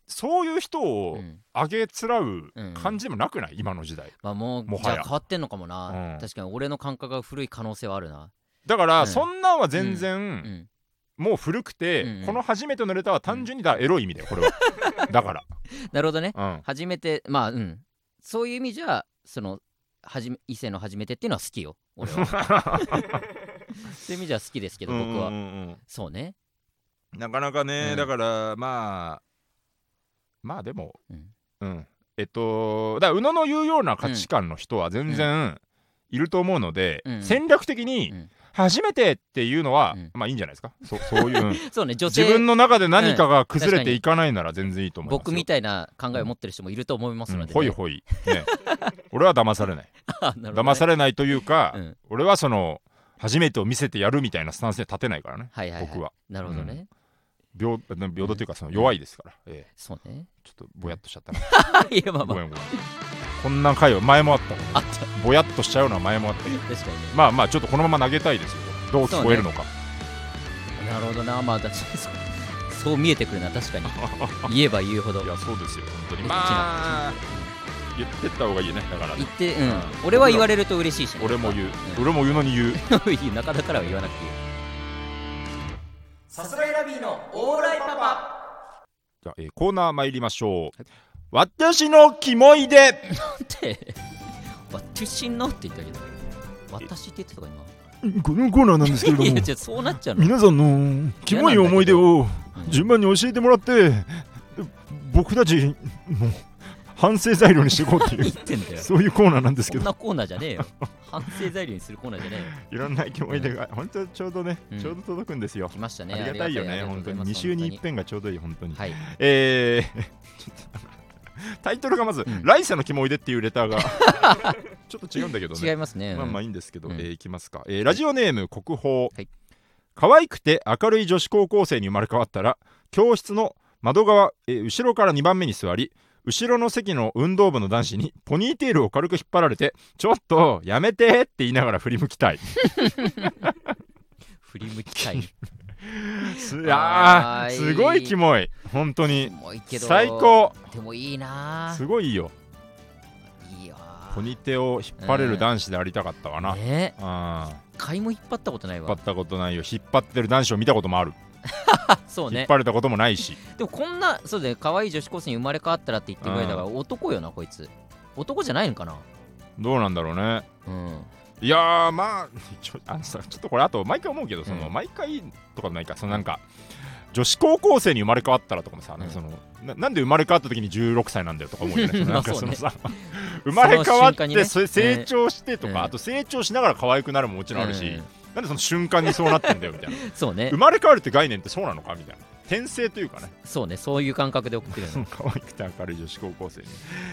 B: そういう人を
A: うん
B: あげつらう
A: うん
B: 感じでもなくない、今の時代
A: まあもう
B: もは
A: じ
B: や
A: ゃあ変わってんのかもな、
B: うん
A: 確かに俺の感覚が古い可能性はあるな、
B: だから、
A: うん
B: そんなんは全然、
A: うん、
B: もう古くて、
A: うん
B: この初めてのレターは単純にだエロい意味だよ これはだか
A: なるほどね
B: ら、うん、
A: 初めてまあうんそういう意味じゃそのはじめ異性の初めてっていうのは好きよ俺は そういう意味じゃ好きですけど僕は、
B: うんうんうん
A: そうね
B: なかなかね、
A: うん
B: だからまあまあでも
A: うん
B: うん、えっとだから宇野の言うような価値観の人は全然いると思うので、
A: うん
B: 戦略的に
A: うん
B: 初めてっていうのは、
A: うん
B: まあいいんじゃないですかそそういう、うん
A: そうね女
B: 自
A: 性
B: 分の中で何かが崩れて
A: うん
B: いかないなら全然いいと思いますよ
A: 僕みたいな考えを持ってる人もいると思います
B: う
A: の
B: ん
A: で、ね
B: ほいほい、ね、俺は騙されない、
A: あなるほどね、
B: 騙されないというか、
A: うん
B: 俺はその初めてを見せてやるみたいなスタンスには立てないからね、
A: はいはい、はい、
B: 僕は
A: なるほどね、
B: 平平等というかその弱いですから、ええ
A: そうね
B: ちょっとぼやっとしちゃったな
A: いやまあま
B: ご
A: あ
B: めんごめんこんな回は前もあった
A: あった
B: ぼやっとしちゃうのは前もあったけど
A: 確かに
B: まあまあちょっとこのまま投げたいですよどう聞こえるのか、
A: ねなるほどなまあ確かにそうそう見えてくるな確か に言えば言うほど
B: いやそうですよ本当に
A: こっちな
B: まあ言ってった方がいいねだから
A: 言ってうん俺は言われると嬉しいしね、
B: 俺も言う、
A: うん
B: 俺も言うのに言う
A: いい中田からは言わなくていいさすらいラビーのオーライパパ
B: じゃあ、えーコーナー参りましょう。私のキモいで
A: って私のって言ったけど私って言ってたか
B: このコーナーなんですけれど
A: 今い
B: も
A: や、じゃそうなっちゃうの
B: 皆さんのキモい思い出を
A: うん
B: 順番に教えてもらって、僕たちも反省材料にしていこうってい
A: 言
B: う、
A: ってんだよ
B: そういうコーナーなんです
A: そ
B: け
A: ん
B: ど、
A: なコーナーじゃねえよ反省材料にするコーナーじゃねえよ
B: いろんなキモい出が、本当ちょうどね、
A: うん
B: ちょうど届くんですよ。
A: 来ましたね
B: ありがたいよね、
A: ありがとう
B: 本
A: ござ
B: 当
A: い
B: に。
A: ます
B: 2週に一
A: 本
B: 遍がちょうどいい、本当に。
A: 当にはい
B: えー ちょっとタイトルがまず、
A: うん
B: 来世のキモいでっていうレターが、 ちょっと違うんだけどね。
A: 違いますね
B: まあまあ
A: い
B: いいんですけど、
A: うん
B: えーいきますか、えーラジオネーム国宝、
A: い
B: 可愛くて明るい女子高校生に生まれ変わったら教室の窓側、えー後ろから2番目に座り後ろの席の運動部の男子にポニーテールを軽く引っ張られてちょっとやめてって言いながら振り向きたい
A: 振り向き たい
B: すあ
A: あー
B: ー
A: いい
B: すごいキモい本当に
A: もういいけど
B: 最高
A: でもいいな
B: すごいよ
A: いいよ
B: ポニーテールを引っ張れる男子でありたかったかな、
A: ねえ
B: あー
A: 一回も引っ張ったことない
B: 引っ
A: わ
B: 張ったことないよ引っ張ってる男子を見たこともある、
A: そう
B: 引
A: ね
B: っ張れたこともないし
A: でもこんなそうだよ可愛い女子高生に生まれ変わったらって言ってるぐらいだから男よなこいつ男じゃないのかな
B: どうなんだろうね
A: うん
B: いやーまあちょあのさちょっとこれあと毎回思うけどその、
A: うん
B: 毎回とかないかそのなんか女子高校生に生まれ変わったらとかもさ、なんかそのななんで生まれ変わった時に16歳なんだよとか思うよねそのなんか
A: まあそ
B: そ
A: う
B: の
A: ね
B: さ 生まれ変わっ
A: その瞬間
B: て、
A: にね
B: それ成長してとか、
A: うん
B: あと成長しながら可愛くなるももちろんあるし、なんでその瞬間にそうなってんだよみたい な
A: そうね
B: 生まれ変わるって概念ってそうなのかみたいな転生というかね
A: そうねそういう感覚で送ってる
B: そ
A: の
B: の可愛くて明るい女子高校生に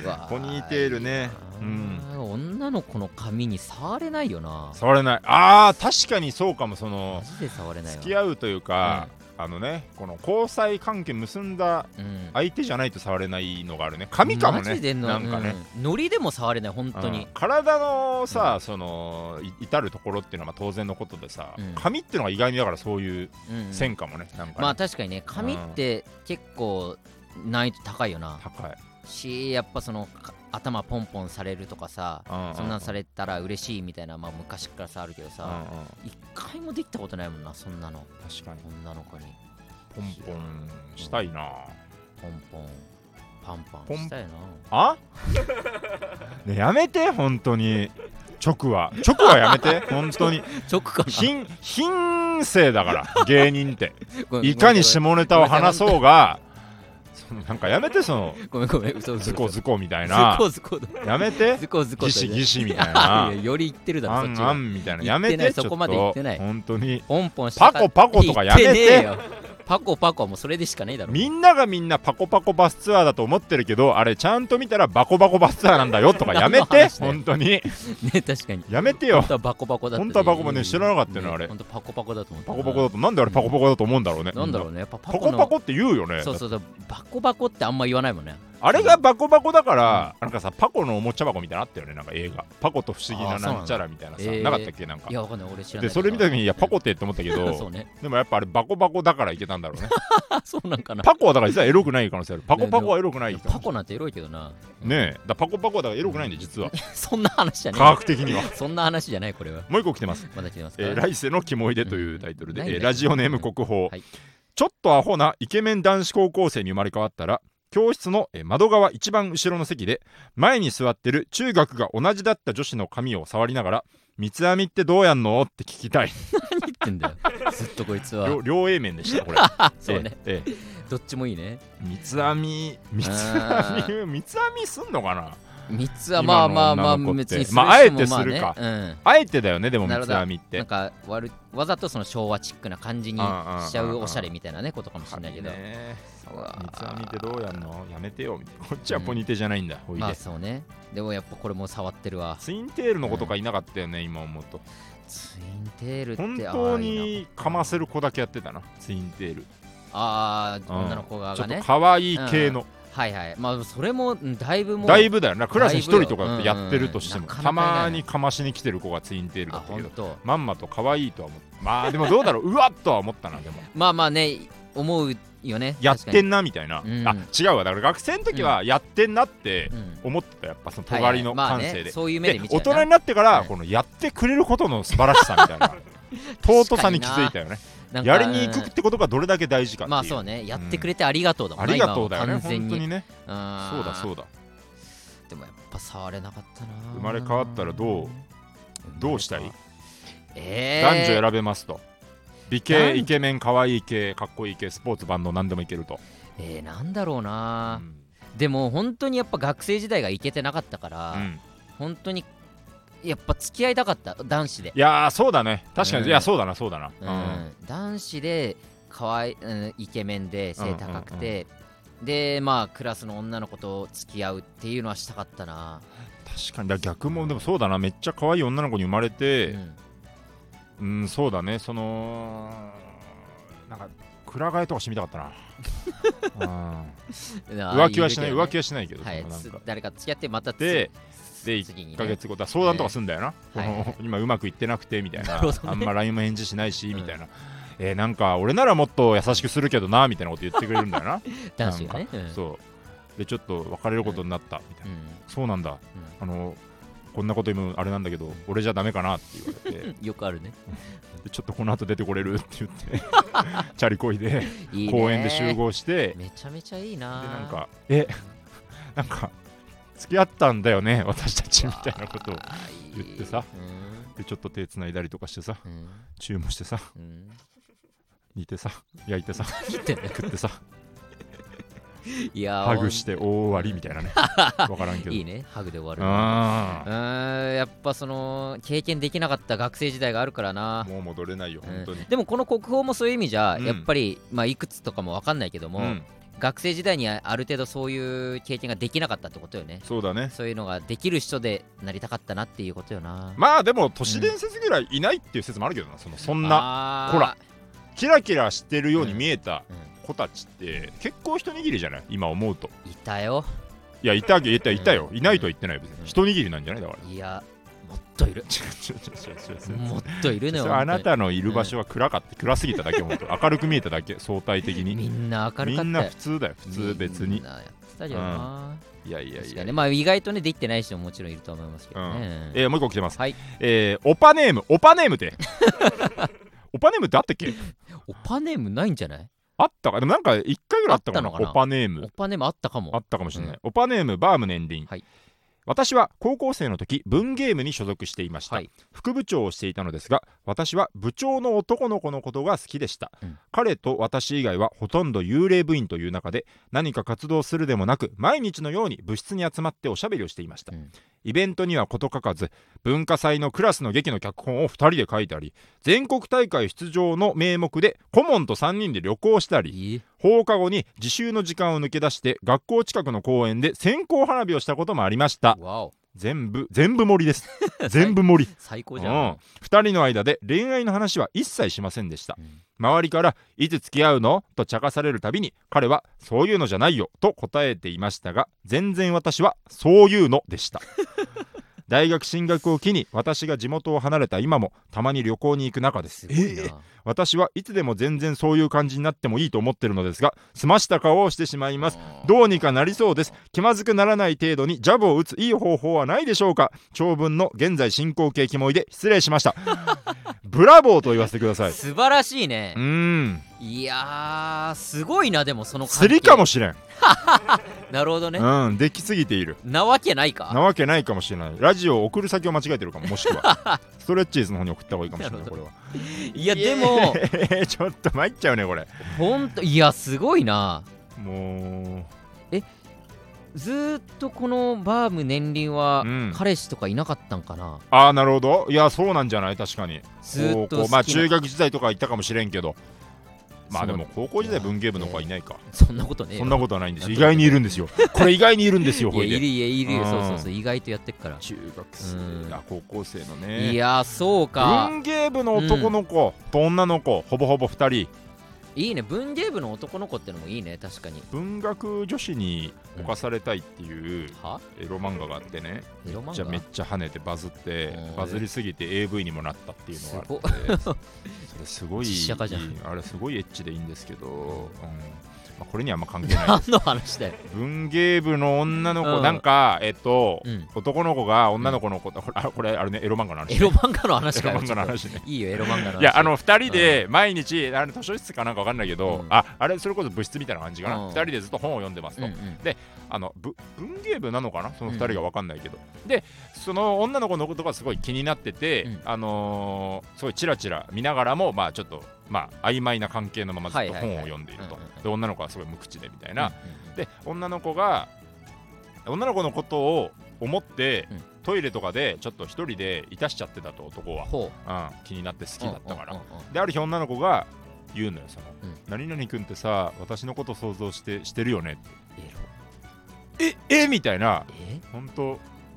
A: うわ
B: ポニーテールね
A: いいなあ女の子の髪に触れないよな
B: 触れないあー確かにそうかもその
A: マジで触れない
B: 付き
A: わ
B: 合うというか、あのねこの交際関係結んだ
A: うん
B: 相手じゃないと触れないのがあるね髪かも
A: マジ
B: ね
A: での
B: なんかね、
A: うんノリでも触れない本当
B: う
A: に
B: ん体のさ、そのい至るところっていうのはまあ当然のことでさ、
A: うん
B: 髪っていうのが意外にだからそういう
A: うんうん
B: 線かもね、なん
A: ま
B: か
A: あ
B: ね、
A: 確かにね髪って結構難易度高いよな
B: 高い
A: しやっぱそのか頭ポンポンされるとかさ
B: うん
A: そんなんされたら嬉しいみたいなまあ昔からさあるけど
B: うんうん
A: さ一回もできたことないもんなそんなの
B: 確かに
A: 女の子に
B: ポンポンしたいな
A: ポンポンパンパ
B: ポ
A: ン
B: ン
A: したよな
B: あ ねやめて本当に直は直はやめて本 当に
A: 直か
B: 品品性だから芸人って
A: ごめん
B: いかに下ネタを話そうが、そのなんかやめて、その
A: ごめんごめん嘘嘘
B: ズコズコみたい
A: コ
B: な
A: ズ、コズコだ
B: やめて、
A: ズコズコ
B: ギシギ
A: シ
B: シみたいな、
A: より言ってるだ
B: あ
A: ろそっ
B: ん
A: ち
B: あ
A: が
B: んみたいな、
A: 言
B: や
A: ってない
B: めて、ちょっ
A: そこまで言っ
B: と
A: てない、
B: 本当に、
A: ポンポンした
B: パコパコとかやめ
A: 言ってねえ
B: て、
A: よパコパコはもうそれでしかねえだろ
B: みんながみんなパコパコバスツアーだと思ってるけど、あれ、ちゃんと見たらバコバコバスツアーなんだ よとか、やめ
A: 何の
B: て、
A: 話だよ
B: 本当に、
A: ね確かに
B: やめて
A: 本
B: よ。
A: 当はバコバコだった
B: 本当はバコバコね知らなかったよね
A: ね
B: あれ
A: 本当パコパコだと思った
B: パコパコだと、なんであれパコパコだと思うんだろうね。
A: なんだろうねやっぱ
B: パ
A: パ
B: コ
A: コ
B: パ
A: の
B: コって言うよね。
A: そうそうそうバコバコってあんま言わないもんね
B: あれがバコバコだから、なんかさ、パコのおもちゃ箱みたいなのあったよね、なんか映画。パコと不思議な
A: あそうなんだ
B: なんちゃらみたいなさ、
A: えー
B: なかったっけ、なんか
A: い。やわかんない俺知らない
B: で、それ見た時
A: に
B: に、いや、パコってって思ったけ
A: そう
B: ど、
A: ね
B: でもやっぱあれ、バコバコだからいけたんだろうね。
A: あそうなんかな
B: パコはだから実はエロくない可能性ある。パコパコはエロくない可能性
A: パコなんてエロいけどな
B: ねえ、だからパコパコはだからエロくないんで、実は。
A: そんな話じゃねえ
B: 科学的 には。
A: そんな話じゃないこれは
B: もう一個来てます。
A: まだ来てますか、
B: えー来世のキモいでというタイトルで、
A: うん
B: えーラジオネーム国宝、
A: はい
B: ちょっとアホなイケメン男子高校生に生まれ変わったら教室のえー窓側一番後ろの席で前に座ってる中学が同じだった女子の髪を触りながら「三つ編みってどうやんの?」って聞 きたい
A: 何言ってんだよずっとこいつは
B: 両両 A 面でしたこれ
A: そうね、
B: えーえ
A: どっちもいいね
B: ー三つ編み三つ
A: あ
B: 編み三つ編みすんのかな
A: 三つは
B: 今
A: ま
B: の
A: あまあまあ
B: 女の子っ
A: 別
B: て
A: にする人
B: ま
A: も
B: ああえてするか
A: まあね
B: あえてだよねでも
A: なるほ
B: 三つ
A: ど
B: 編みっ
A: うん、な
B: て
A: ん。かわるわざとその昭和チックな感じにしちゃうおしゃれみたいなねことかもしれないけど、
B: 髪ね
A: うわ
B: 三つ編みってどうやんのやめてよみたいなこっちはポニテじゃないんだ、おいで
A: まあそうねでもやっぱこれも触ってるわ
B: ツインテールの子とかいなかったよね、今思うと
A: ツインテールって
B: 本
A: あー
B: 当
A: いい
B: に
A: な
B: かませる子だけやってたなツインテール
A: ああ、
B: うん
A: 女の子側
B: ちょ
A: が
B: っと
A: ね
B: 可愛い系の、
A: はいはいまあそれもうんだいぶもう
B: だいぶだよなクラス一人
A: だ
B: と
A: い
B: か
A: ぶよ
B: やってるとして
A: う
B: も、
A: んうんうん
B: たま
A: なかなかいない
B: にかましに来てる子がツインテールだ
A: あ
B: ったけど
A: 本当
B: まんまと可愛いとは思ったまあでもどうだろううわっとは思ったなでも
A: まあまあね思うよね
B: やってんなみたいな、
A: うん
B: あ違うわだから学生の時はやってんなって
A: 確かにうん
B: 思ってたやっぱその
A: はい
B: 尖りの感
A: まあ
B: 性
A: ね、
B: で
A: そういう目で
B: で
A: 見ちゃ
B: 大
A: うな
B: 人になってから
A: うん
B: このやってくれることの素晴らしさみた いな尊さに気づいたよね
A: なんか
B: やりに行くってことがどれだけ大事か
A: うん
B: っていう、
A: まあそうねやってくれてありがとうだも
B: あ
A: んね、
B: りがとうだよ
A: 今
B: ね
A: は完全
B: 本当
A: に
B: にねそうだそううだ
A: だでもやっぱ触れなかったな
B: 生まれ変わったらどうどうしたい
A: えー、
B: 男女選べますと美
A: 男
B: 形
A: 女
B: イケメン可愛い系かっこいい系スポーツ万能何でもいけると、
A: えー、なんだろう
B: う
A: な、
B: ん
A: でも本当にやっぱ学生時代がいけてなかったから、
B: うん
A: 本当にやっぱ付き合いたかった男子で、
B: いやーそうだね確かに、
A: うん
B: いやそうだなそうだな、
A: う
B: うんん
A: 男子で可愛い、うん、イケメンで背高くて、でまあクラスの女の子と付き合うっていうのはしたかったな、
B: 確かにだから逆もでもそうだなめっちゃ可愛い女の子に生まれて
A: うん
B: うん、そうだねそのなんかくら替えとかしてみ たかったな、うん浮気はしない、浮気
A: は
B: はしないけど、
A: はい
B: そのなん
A: つ
B: か
A: 誰か付き合ってまたつ
B: でで
A: 次にね
B: 1ヶ月後だ相談とかすんだよな、
A: ええはいはいは
B: この今うまくいってなくてみたいな
A: なるほどね
B: あんま LINE も返事しないし、
A: うん
B: みたいな、えーなんか俺ならもっと優しくするけどなみたいなこと言ってくれるんだよな
A: 男子がね、うん
B: そうでちょっと別れることになったみたいな、
A: う
B: そうなんだあのこんなこと言うのあれなんだけど俺じゃダメかなって言わ れて
A: んよくあるね
B: でちょっとこの後出てこれるって言 ってチャリこいで
A: いいね
B: 公園で集合して
A: めちゃめちゃいいな
B: でなんかえなんか付き合ったんだよね私たちみたいなことを
A: あー
B: 言ってさ
A: うん
B: でちょっと手つないだりとかしてさ
A: うん
B: 注文してさ
A: うん
B: 煮てさ焼いてさ
A: 切ってん だよ
B: 食って さ
A: いやー
B: ハグして大終わりみた いなねわからんけど
A: いいねハグで終わるう
B: あ
A: ーんやっぱその経験できなかった学生時代があるからな
B: ーもう戻れないよ本当に
A: うんでもこの国宝もそういう意味じゃ、
B: うん
A: やっぱり、まあ、いくつとかもわかんないけども、
B: うん
A: 学生時代にあある程度そういう経験ができなかったってことよね
B: そうだね
A: そういうのができる人でなりたかったなっていうことよな、
B: まあでも都市伝説ぐらいいないっていう説もあるけどなそのそんな
A: あー
B: ほら、キラキラしてるように
A: うん
B: 見えた
A: う
B: 子たちって結構一握りじゃない今思うと
A: んいたよ
B: いやいたいたいたよいないとは言ってないよ別
A: うん
B: に一握りなんじゃないだから
A: いやもっといる
B: 違う違う違う 違う違う
A: もっといるの
B: そ
A: よ本当
B: れ
A: に
B: あなたのいる場所は暗かった暗すぎただけ本当明るく見えただけ相対的に
A: みんな明る
B: み
A: かったよ
B: んな普通だよ普通別
A: み
B: に
A: んなやってたじゃんない
B: やいや
A: 確
B: い
A: か
B: や
A: にねまあ意外とねできてない人ももちろんいると思いますけどね、
B: えーもう一個来てます、
A: はい
B: えーオパネームオパネームって オパネームってあったっけ
A: オパネームないんじゃない
B: あったかでもなんか一回ぐらいあったかな
A: あったのかな
B: オパネーム
A: オパネームあったかも
B: あったかもしれない、
A: う
B: オパネームバームネンディン、
A: はい
B: 私は高校生の時文ゲームに所属していました、
A: はい
B: 副部長をしていたのですが私は部長の男の子のことが好きでした、
A: うん
B: 彼と私以外はほとんど幽霊部員という中で何か活動するでもなく毎日のように部室に集まっておしゃべりをしていました、
A: うん
B: イベントには事欠かず文化祭のクラスの劇の脚本を2人で書いたり全国大会出場の名目で顧問と3人で旅行したり
A: いい
B: 放課後に自習の時間を抜け出して学校近くの公園で線香花火をしたこともありました
A: わお
B: 全部全部盛りです 全部盛り
A: 最
B: う
A: 高
B: ん、
A: じゃん、
B: 2人の間で恋愛の話は一切しませんでした
A: うん
B: 周りから「いつ付き合うの?」と茶化されるたびに彼は「そういうのじゃないよ」と答えていましたが全然私は「そういうの」でした 大学進学を機に私が地元を離れた今もたまに旅行に行く中で
A: す
B: す
A: ごいな、
B: えー私はいつでも全然そういう感じになってもいいと思ってるのですが済ました顔をしてしまいますどうにかなりそうです気まずくならない程度にジャブを打ついい方法はないでしょうか長文の現在進行形キモいで失礼し ましたブラボーと言わせてくださいう
A: 素晴らしいね
B: ー、ん
A: いやーすごいなでもその
B: 釣りかもしれん、
A: なるほどね、
B: うん、できすぎている
A: なわけないか
B: なわけないかもしれないラジオを送る先を間違えてるかももしく はストレッチーズの方に送った方がいいかもしれないこれはい
A: やでも
B: ちょっと参っちゃうねこれ
A: ほんといやすごいな
B: も
A: ずーっとこのバーム年輪は
B: うん
A: 彼氏とかいなかったんかな、
B: うああなるほどいやそうなんじゃない確かに
A: ずーっと好
B: 高
A: き
B: 校
A: な
B: まあ中学時代とか行ったかもしれんけどまあでも高校時代
A: そう
B: 文芸部の子はいないか
A: そんなことねえよ
B: そんなことはないんですよ意外にいるんですよこれ意外にいるんですよ
A: い
B: ほ
A: や
B: い
A: いる
B: で
A: いやいるよ
B: うん
A: そうそうそう意外とやってっから、
B: 中学
A: うん
B: 生あ高校生の
A: い
B: ね
A: やそうか
B: 文芸部の男の子と女の子ほぼほぼ2人
A: いいね文芸部の男の子ってのもいいね確かに
B: 文学女子に侵されたいっていう
A: は
B: エロ漫画があってね
A: エロ
B: じゃあ
A: 漫
B: めっ
A: 画
B: ちゃ跳ねてバズって
A: うん
B: バズりすぎて AV にもなったっていうのがあって それすごい
A: 実写化じゃん
B: いいあれすごいエッチでいいんですけど、うんまあ、これにはあんま関 係ない
A: 何の話だよ
B: 文芸部の女の子、
A: うん
B: なんかえっと、
A: うん
B: 男の子が女の子のこと、あこれあれ ねエロ漫画の話
A: エロ漫画の話
B: エロ
A: かよ
B: 漫画の話ね
A: いいよエロ漫画の話
B: いやあの2人で毎日あの図書室かなんかわかんないけど、
A: うん
B: ああれそれこそ部室みたいな感じかな、
A: うん
B: 2人でずっと本を読んでます
A: うん
B: と、
A: うん
B: あのぶ文芸部なのかなその2人が分かんないけど、でその女の子のことがすごい気になってて、
A: うん
B: あのーすごいチラチラ見ながらもまあちょっとまあ曖昧な関係のままずっと
A: はいはいはい
B: 本を読んでいると、
A: うんうんうん
B: で女の子はすごい無口でみたいな、
A: う
B: で女の子が女の子のことを思って、
A: うん
B: トイレとかでちょっと一人でいたしちゃってたと男
A: ん、
B: は
A: ほう
B: うん、気になって好きだったから、
A: うんうんうんうん
B: である日女の子が言うのよその、
A: うん
B: 何々君ってさ私のこと想像してしてるよね
A: エロ
B: ってええみたいな
A: え
B: 本当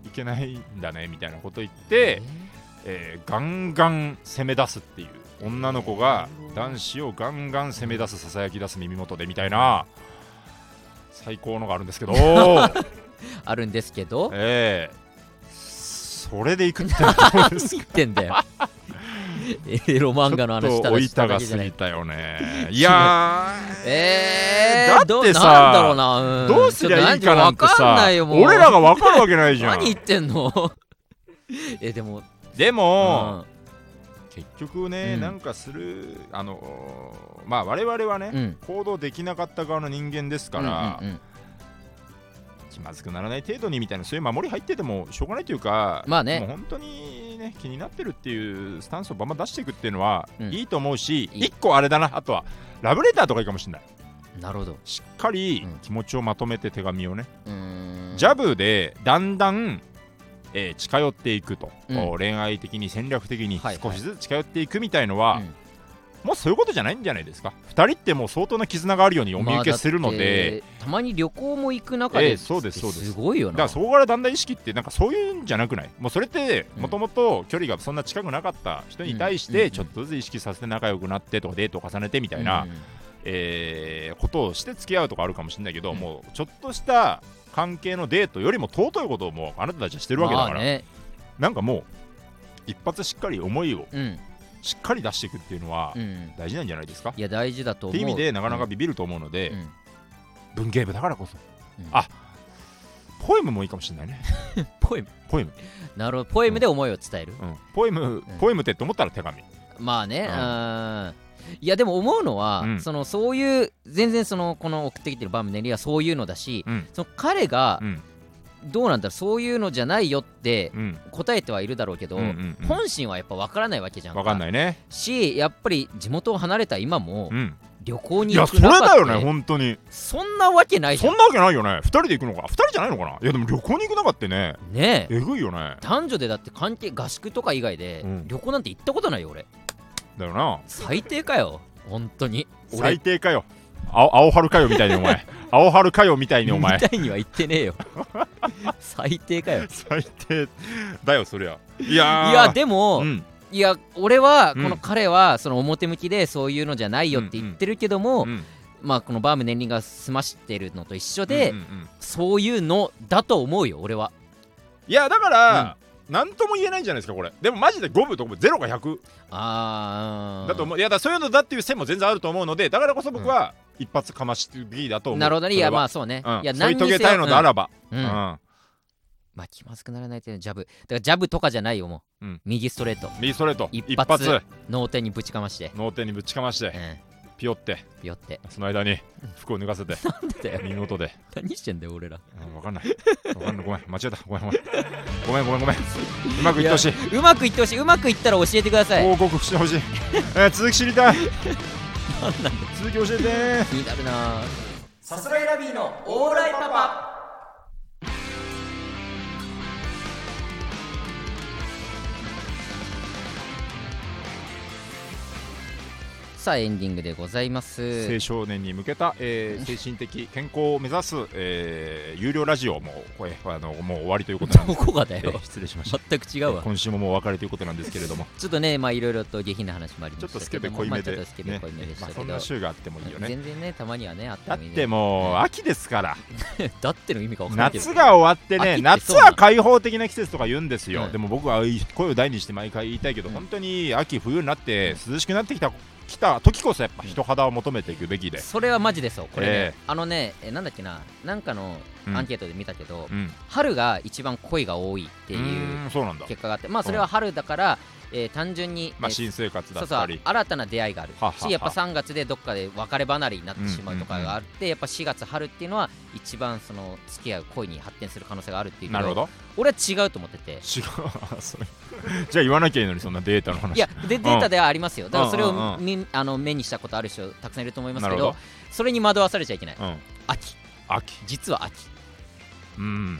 B: いけないんだねみたいなこと言って、えーガンガン攻め出すっていう女の子が男子をガンガン攻め出すささやき出す耳元でみたいな最高のがあるんで すけど
A: えーあるんですけど
B: えーそれでいくってどうです
A: 言
B: か
A: ってんだ よエロ 漫画の
B: ちょ
A: 話
B: ったと
A: だ
B: お
A: しただ
B: 板が
A: けじゃ
B: 過
A: な
B: ぎ
A: い
B: たよねいやー
A: えー、
B: だ
A: ど
B: っ
A: う
B: て
A: なんだろう
B: さ
A: な、うん
B: どうすりゃいいかなんて
A: ちょっと何わかん
B: さ
A: ないよもう
B: 俺らが分かるわけないじゃん
A: 何言ってんの えでも
B: でも、
A: う
B: 結局ね、
A: うん
B: なんかするあのーまあ我々はね、
A: んうん
B: 行動できなかった側の人間ですから、
A: うんうんうん
B: 気まずくならない程度にみたいなそういう守り入っててもしょうがないというか
A: まあね
B: もう本当にね気になってるっていうスタンスをバンバン出していくっていうのは、
A: うん
B: いいと思うし
A: いい
B: 一個あれだなあとはラブレターとかいいかもしれない
A: なるほど
B: しっかり
A: うん
B: 気持ちをまとめて手紙をね、
A: うーん
B: ジャブでだんだん、えー近寄っていくと、
A: うん
B: こう恋愛的に戦略的に
A: はいはい
B: 少しずつ近寄っていくみたいのは、
A: うん
B: もうそういうことじゃないんじゃないですか2人ってもう相当な絆があるようにお見受けするので、
A: まあだってたまに旅行も行く中で、
B: ええそうですそうです
A: すごいよ
B: だ
A: な
B: からそこからだんだん意識ってなんかそういうんじゃなくないもうそれって
A: うん
B: もともと距離がそんな近くなかった人に対し
A: うんうんう
B: て
A: ん
B: ちょっとずつ意識させて仲良くなってとかデートを重ねてみたいな、
A: うん
B: えーことをして付き合うとかあるかもしれないけど、
A: うん
B: もうちょっとした関係のデートよりも尊いことをもうあなたたちはしてるわけだから、
A: まあね
B: なんかもう一発しっかり思いを
A: うん
B: しっかり出していくっていうのは
A: うん
B: 大事なんじゃないですか、
A: いや大事だと思
B: っ
A: う
B: て意味でなかなかビビると思うので、
A: うん
B: 文芸部だからこそ、
A: うん
B: あポエムもいいかもしれないね
A: ポエム
B: ポエム、
A: なるほどポエムで思いを伝える、
B: うん、ポエム、ポエムってと思ったら手紙
A: まあね、
B: うん
A: うんいやでも思うのは、
B: うん
A: そのそういう全然そのこの送ってきてるバムネリはそういうのだし、
B: うん
A: その彼が
B: うん
A: どうなんだろうそういうのじゃないよって
B: うん
A: 答えてはいるだろうけど、
B: うんうんうん
A: 本心はやっぱ分からないわけじゃん
B: わかんないね、
A: しやっぱり地元を離れた今も
B: うん、
A: 旅行
B: い
A: に
B: や
A: 行
B: そ
A: く
B: れ
A: 中
B: だよ
A: って
B: ね本当に
A: そんなわけないじ
B: そ
A: ゃん
B: んなわけないよね2人で行くのか2人じゃないのかないやでも旅行に行く中ってね
A: ねえ
B: えぐいよね
A: 男女でだって関係合宿とか以外で
B: うん
A: 旅行なんて行ったことないよ俺
B: だよな
A: 最低かよ本当に
B: 最低かよ青青春かよみたいにお前青春かよみたいにお前
A: みたいには言ってねえ よ最低かよ
B: 最低だよそりゃいやー
A: いやでも、
B: うん
A: いや俺はこ
B: う
A: の
B: ん
A: 彼はその表向きでそういうのじゃないよって言ってるけども、
B: うん
A: まあこのバーム年輪が済ましてるのと一緒で、
B: うんうんうん
A: そういうのだと思うよ俺はい
B: やだから、なんとも言えないんじゃないですかこれでもマジで5分とか0か100
A: あー
B: だと思う、いやだからそういうのだっていう線も全然あると思うのでだからこそ僕は一発かましてぎだと思う
A: なるほどねいやまあそうね、
B: あ
A: いや
B: 添い
A: に
B: 遂
A: せよ
B: げたいのであらば、
A: う
B: うんん
A: うんまあ気まずくならないっていうのはジャブだからジャブとかじゃないよもう、
B: うん
A: 右ストレート
B: 右ストレート
A: 一
B: 一
A: 発
B: 発
A: 脳天にぶちかまして
B: 脳天にぶちかまし
A: う
B: て
A: ん
B: ピヨって
A: ピヨって
B: その間に服を脱がせて
A: なんだよ
B: 耳元で、
A: 何してんだよ俺ら
B: うん、分かんない分かんないごめん間違えたごめんごめんごめんごめんごめんうまくいってほしいう
A: まくいってほしいうまくいったら教えてください
B: 報告してほしい、えー続き知りたい続き教えてね
A: 気になるな
C: さすらいラビーのオーライパパ
A: さあエンディングでございます
B: 青少年に向けた、えー精神的健康を目指す、えー有料ラジオもこれあのもう終わりということなんで
A: どこがだ
B: え
A: よ
B: ー失礼しました、
A: 全く違う
B: えー
A: わ
B: 今週ももうお別れということなんですけれ ども
A: ちょっとねまあいろいろと下品な話もありま
B: ちょ
A: し
B: っと
A: た
B: スケ
A: け
B: ベ
A: ども
B: 濃い
A: ま
B: め
A: あちょっ
B: で、ね
A: とスケベ濃いめでし
B: ま
A: た
B: あ、
A: け
B: そ
A: ど
B: んな週があってもいいよね
A: 全然ねたまにはねあっ
B: だ
A: ても
B: っ
A: いいね
B: てもう秋ですから
A: だっての意味が分かんないけど
B: 夏が終わってね
A: 秋って
B: 夏
A: そうな
B: は
A: の
B: 開放的な季節とか言うんですよ、
A: うん
B: でも僕は声を大にして毎回言いたいけど、
A: うん
B: 本当に秋冬になって涼しくなってきた来た時こそやっぱ人肌を求めていくべきで、
A: それはマジでそうこれね、
B: え
A: あのねえなんだっけななんかの
B: うん
A: アンケートで見たけど、
B: うん、
A: 春が一番恋が多いっていう
B: ーんそうなんだ
A: 結果があってまあそれは春だから、えー単純に、
B: まあ
A: えー
B: 新生活だ
A: そう
B: っ
A: そ
B: た
A: う
B: り
A: 新たな出会いがある
B: ははは
A: しやっぱ3月でどっかで別れ離れになってしまうとかがあって、やっぱ4月春っていうのは一番その付き合う恋に発展する可能性があるっていうけ
B: なるほど
A: 俺は違うと思ってて
B: 違うあ それじゃあ言わなきゃいいのにそんなデータの話
A: いやでデータではありますよだからそれ
B: うんうん
A: を
B: うん
A: み、あの目にしたことある人たくさんいると思います
B: な
A: け
B: る
A: ど
B: ほど、
A: それに惑わされちゃいけない
B: うん、
A: 秋
B: 秋
A: 実は 秋
B: うん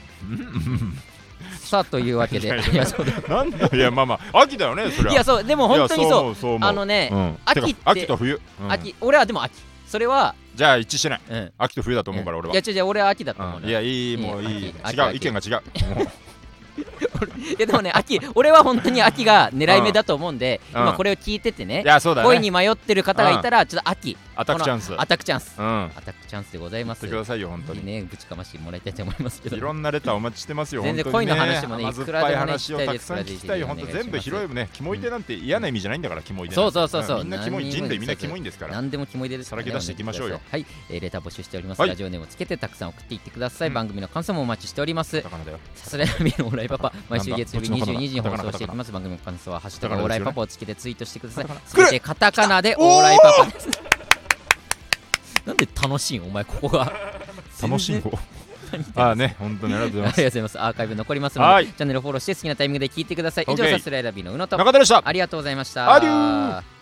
A: さあというわけで
B: いやいや
A: いやそうだ
B: なんだいやまあまあ秋だよねそれはい
A: やそうでも本当にそう
B: いやそう思う
A: あのね、
B: うん、
A: 秋
B: か
A: って
B: 秋と冬、うん
A: 秋俺はでも秋それは
B: じゃあ一致してない
A: うん
B: 秋と冬だと思うから俺はい
A: や違う違う俺は秋だと思う
B: うん
A: の
B: い
A: よ
B: やいいもういい
A: い
B: 違
A: いう秋秋
B: 意見が違う もう
A: いやでもね秋俺は本当に秋が狙い目だと思うんで、
B: うん
A: 今これを聞いててね
B: いやそうだ
A: 恋
B: ね
A: に迷ってる方がいたらちょっと秋
B: アタックチャンスうん
A: アタックチャンス
B: や
A: アタックチャンスでございま
B: っ
A: す
B: てくださいよ本当に
A: ねぶちかましてもらいたいと思いますけど
B: いろんなレターお待ちしてますよ。
A: 全然
B: 本当に
A: 恋の話もね
B: 甘酸っ
A: いく
B: ぱ
A: ら
B: い
A: でもね
B: 話
A: 聞
B: を
A: きた
B: た
A: い
B: く
A: です
B: さ
A: か
B: ん
A: ら
B: 聞きたいよ。本当
A: ぜひぜひ
B: 全部拾えばね、キモい手なんて嫌な意味じゃないんだから、キモい手
A: そ
B: なん
A: う
B: て。
A: そうそうそうん
B: みんなキモい、
A: 何にも
B: 人類みんな
A: そう
B: キモいんですから。
A: 何でもキモいですから、ね、
B: さらけ出していきましょうよ
A: お願いてくださいはい、えーレター募集しております、
B: はい
A: ラジオネームをつけてたくさん送っていってください、
B: うん
A: 番組の感想もお待ちしております
B: だからだよ。
A: さすらいラビーのオーライパパ毎週月曜日
B: どっちの方だ
A: 22時に放送していきます番組の感想は「ハッシュタグオーライパパ」をつけてツイートしてくださいすべてカタカナでオーライパパですなんで楽しいんお前ここが
B: 楽しんご。ああね、本当にありがとうござい
A: ありが とうご
B: ます。
A: ざいますアーカイブ残りますので、
B: はい
A: チャンネルフォローして好きなタイミングで聞いてください以上
B: OK
A: さすらいラビーのうのと
B: 中田でした。
A: ありがとうございました
B: アデュー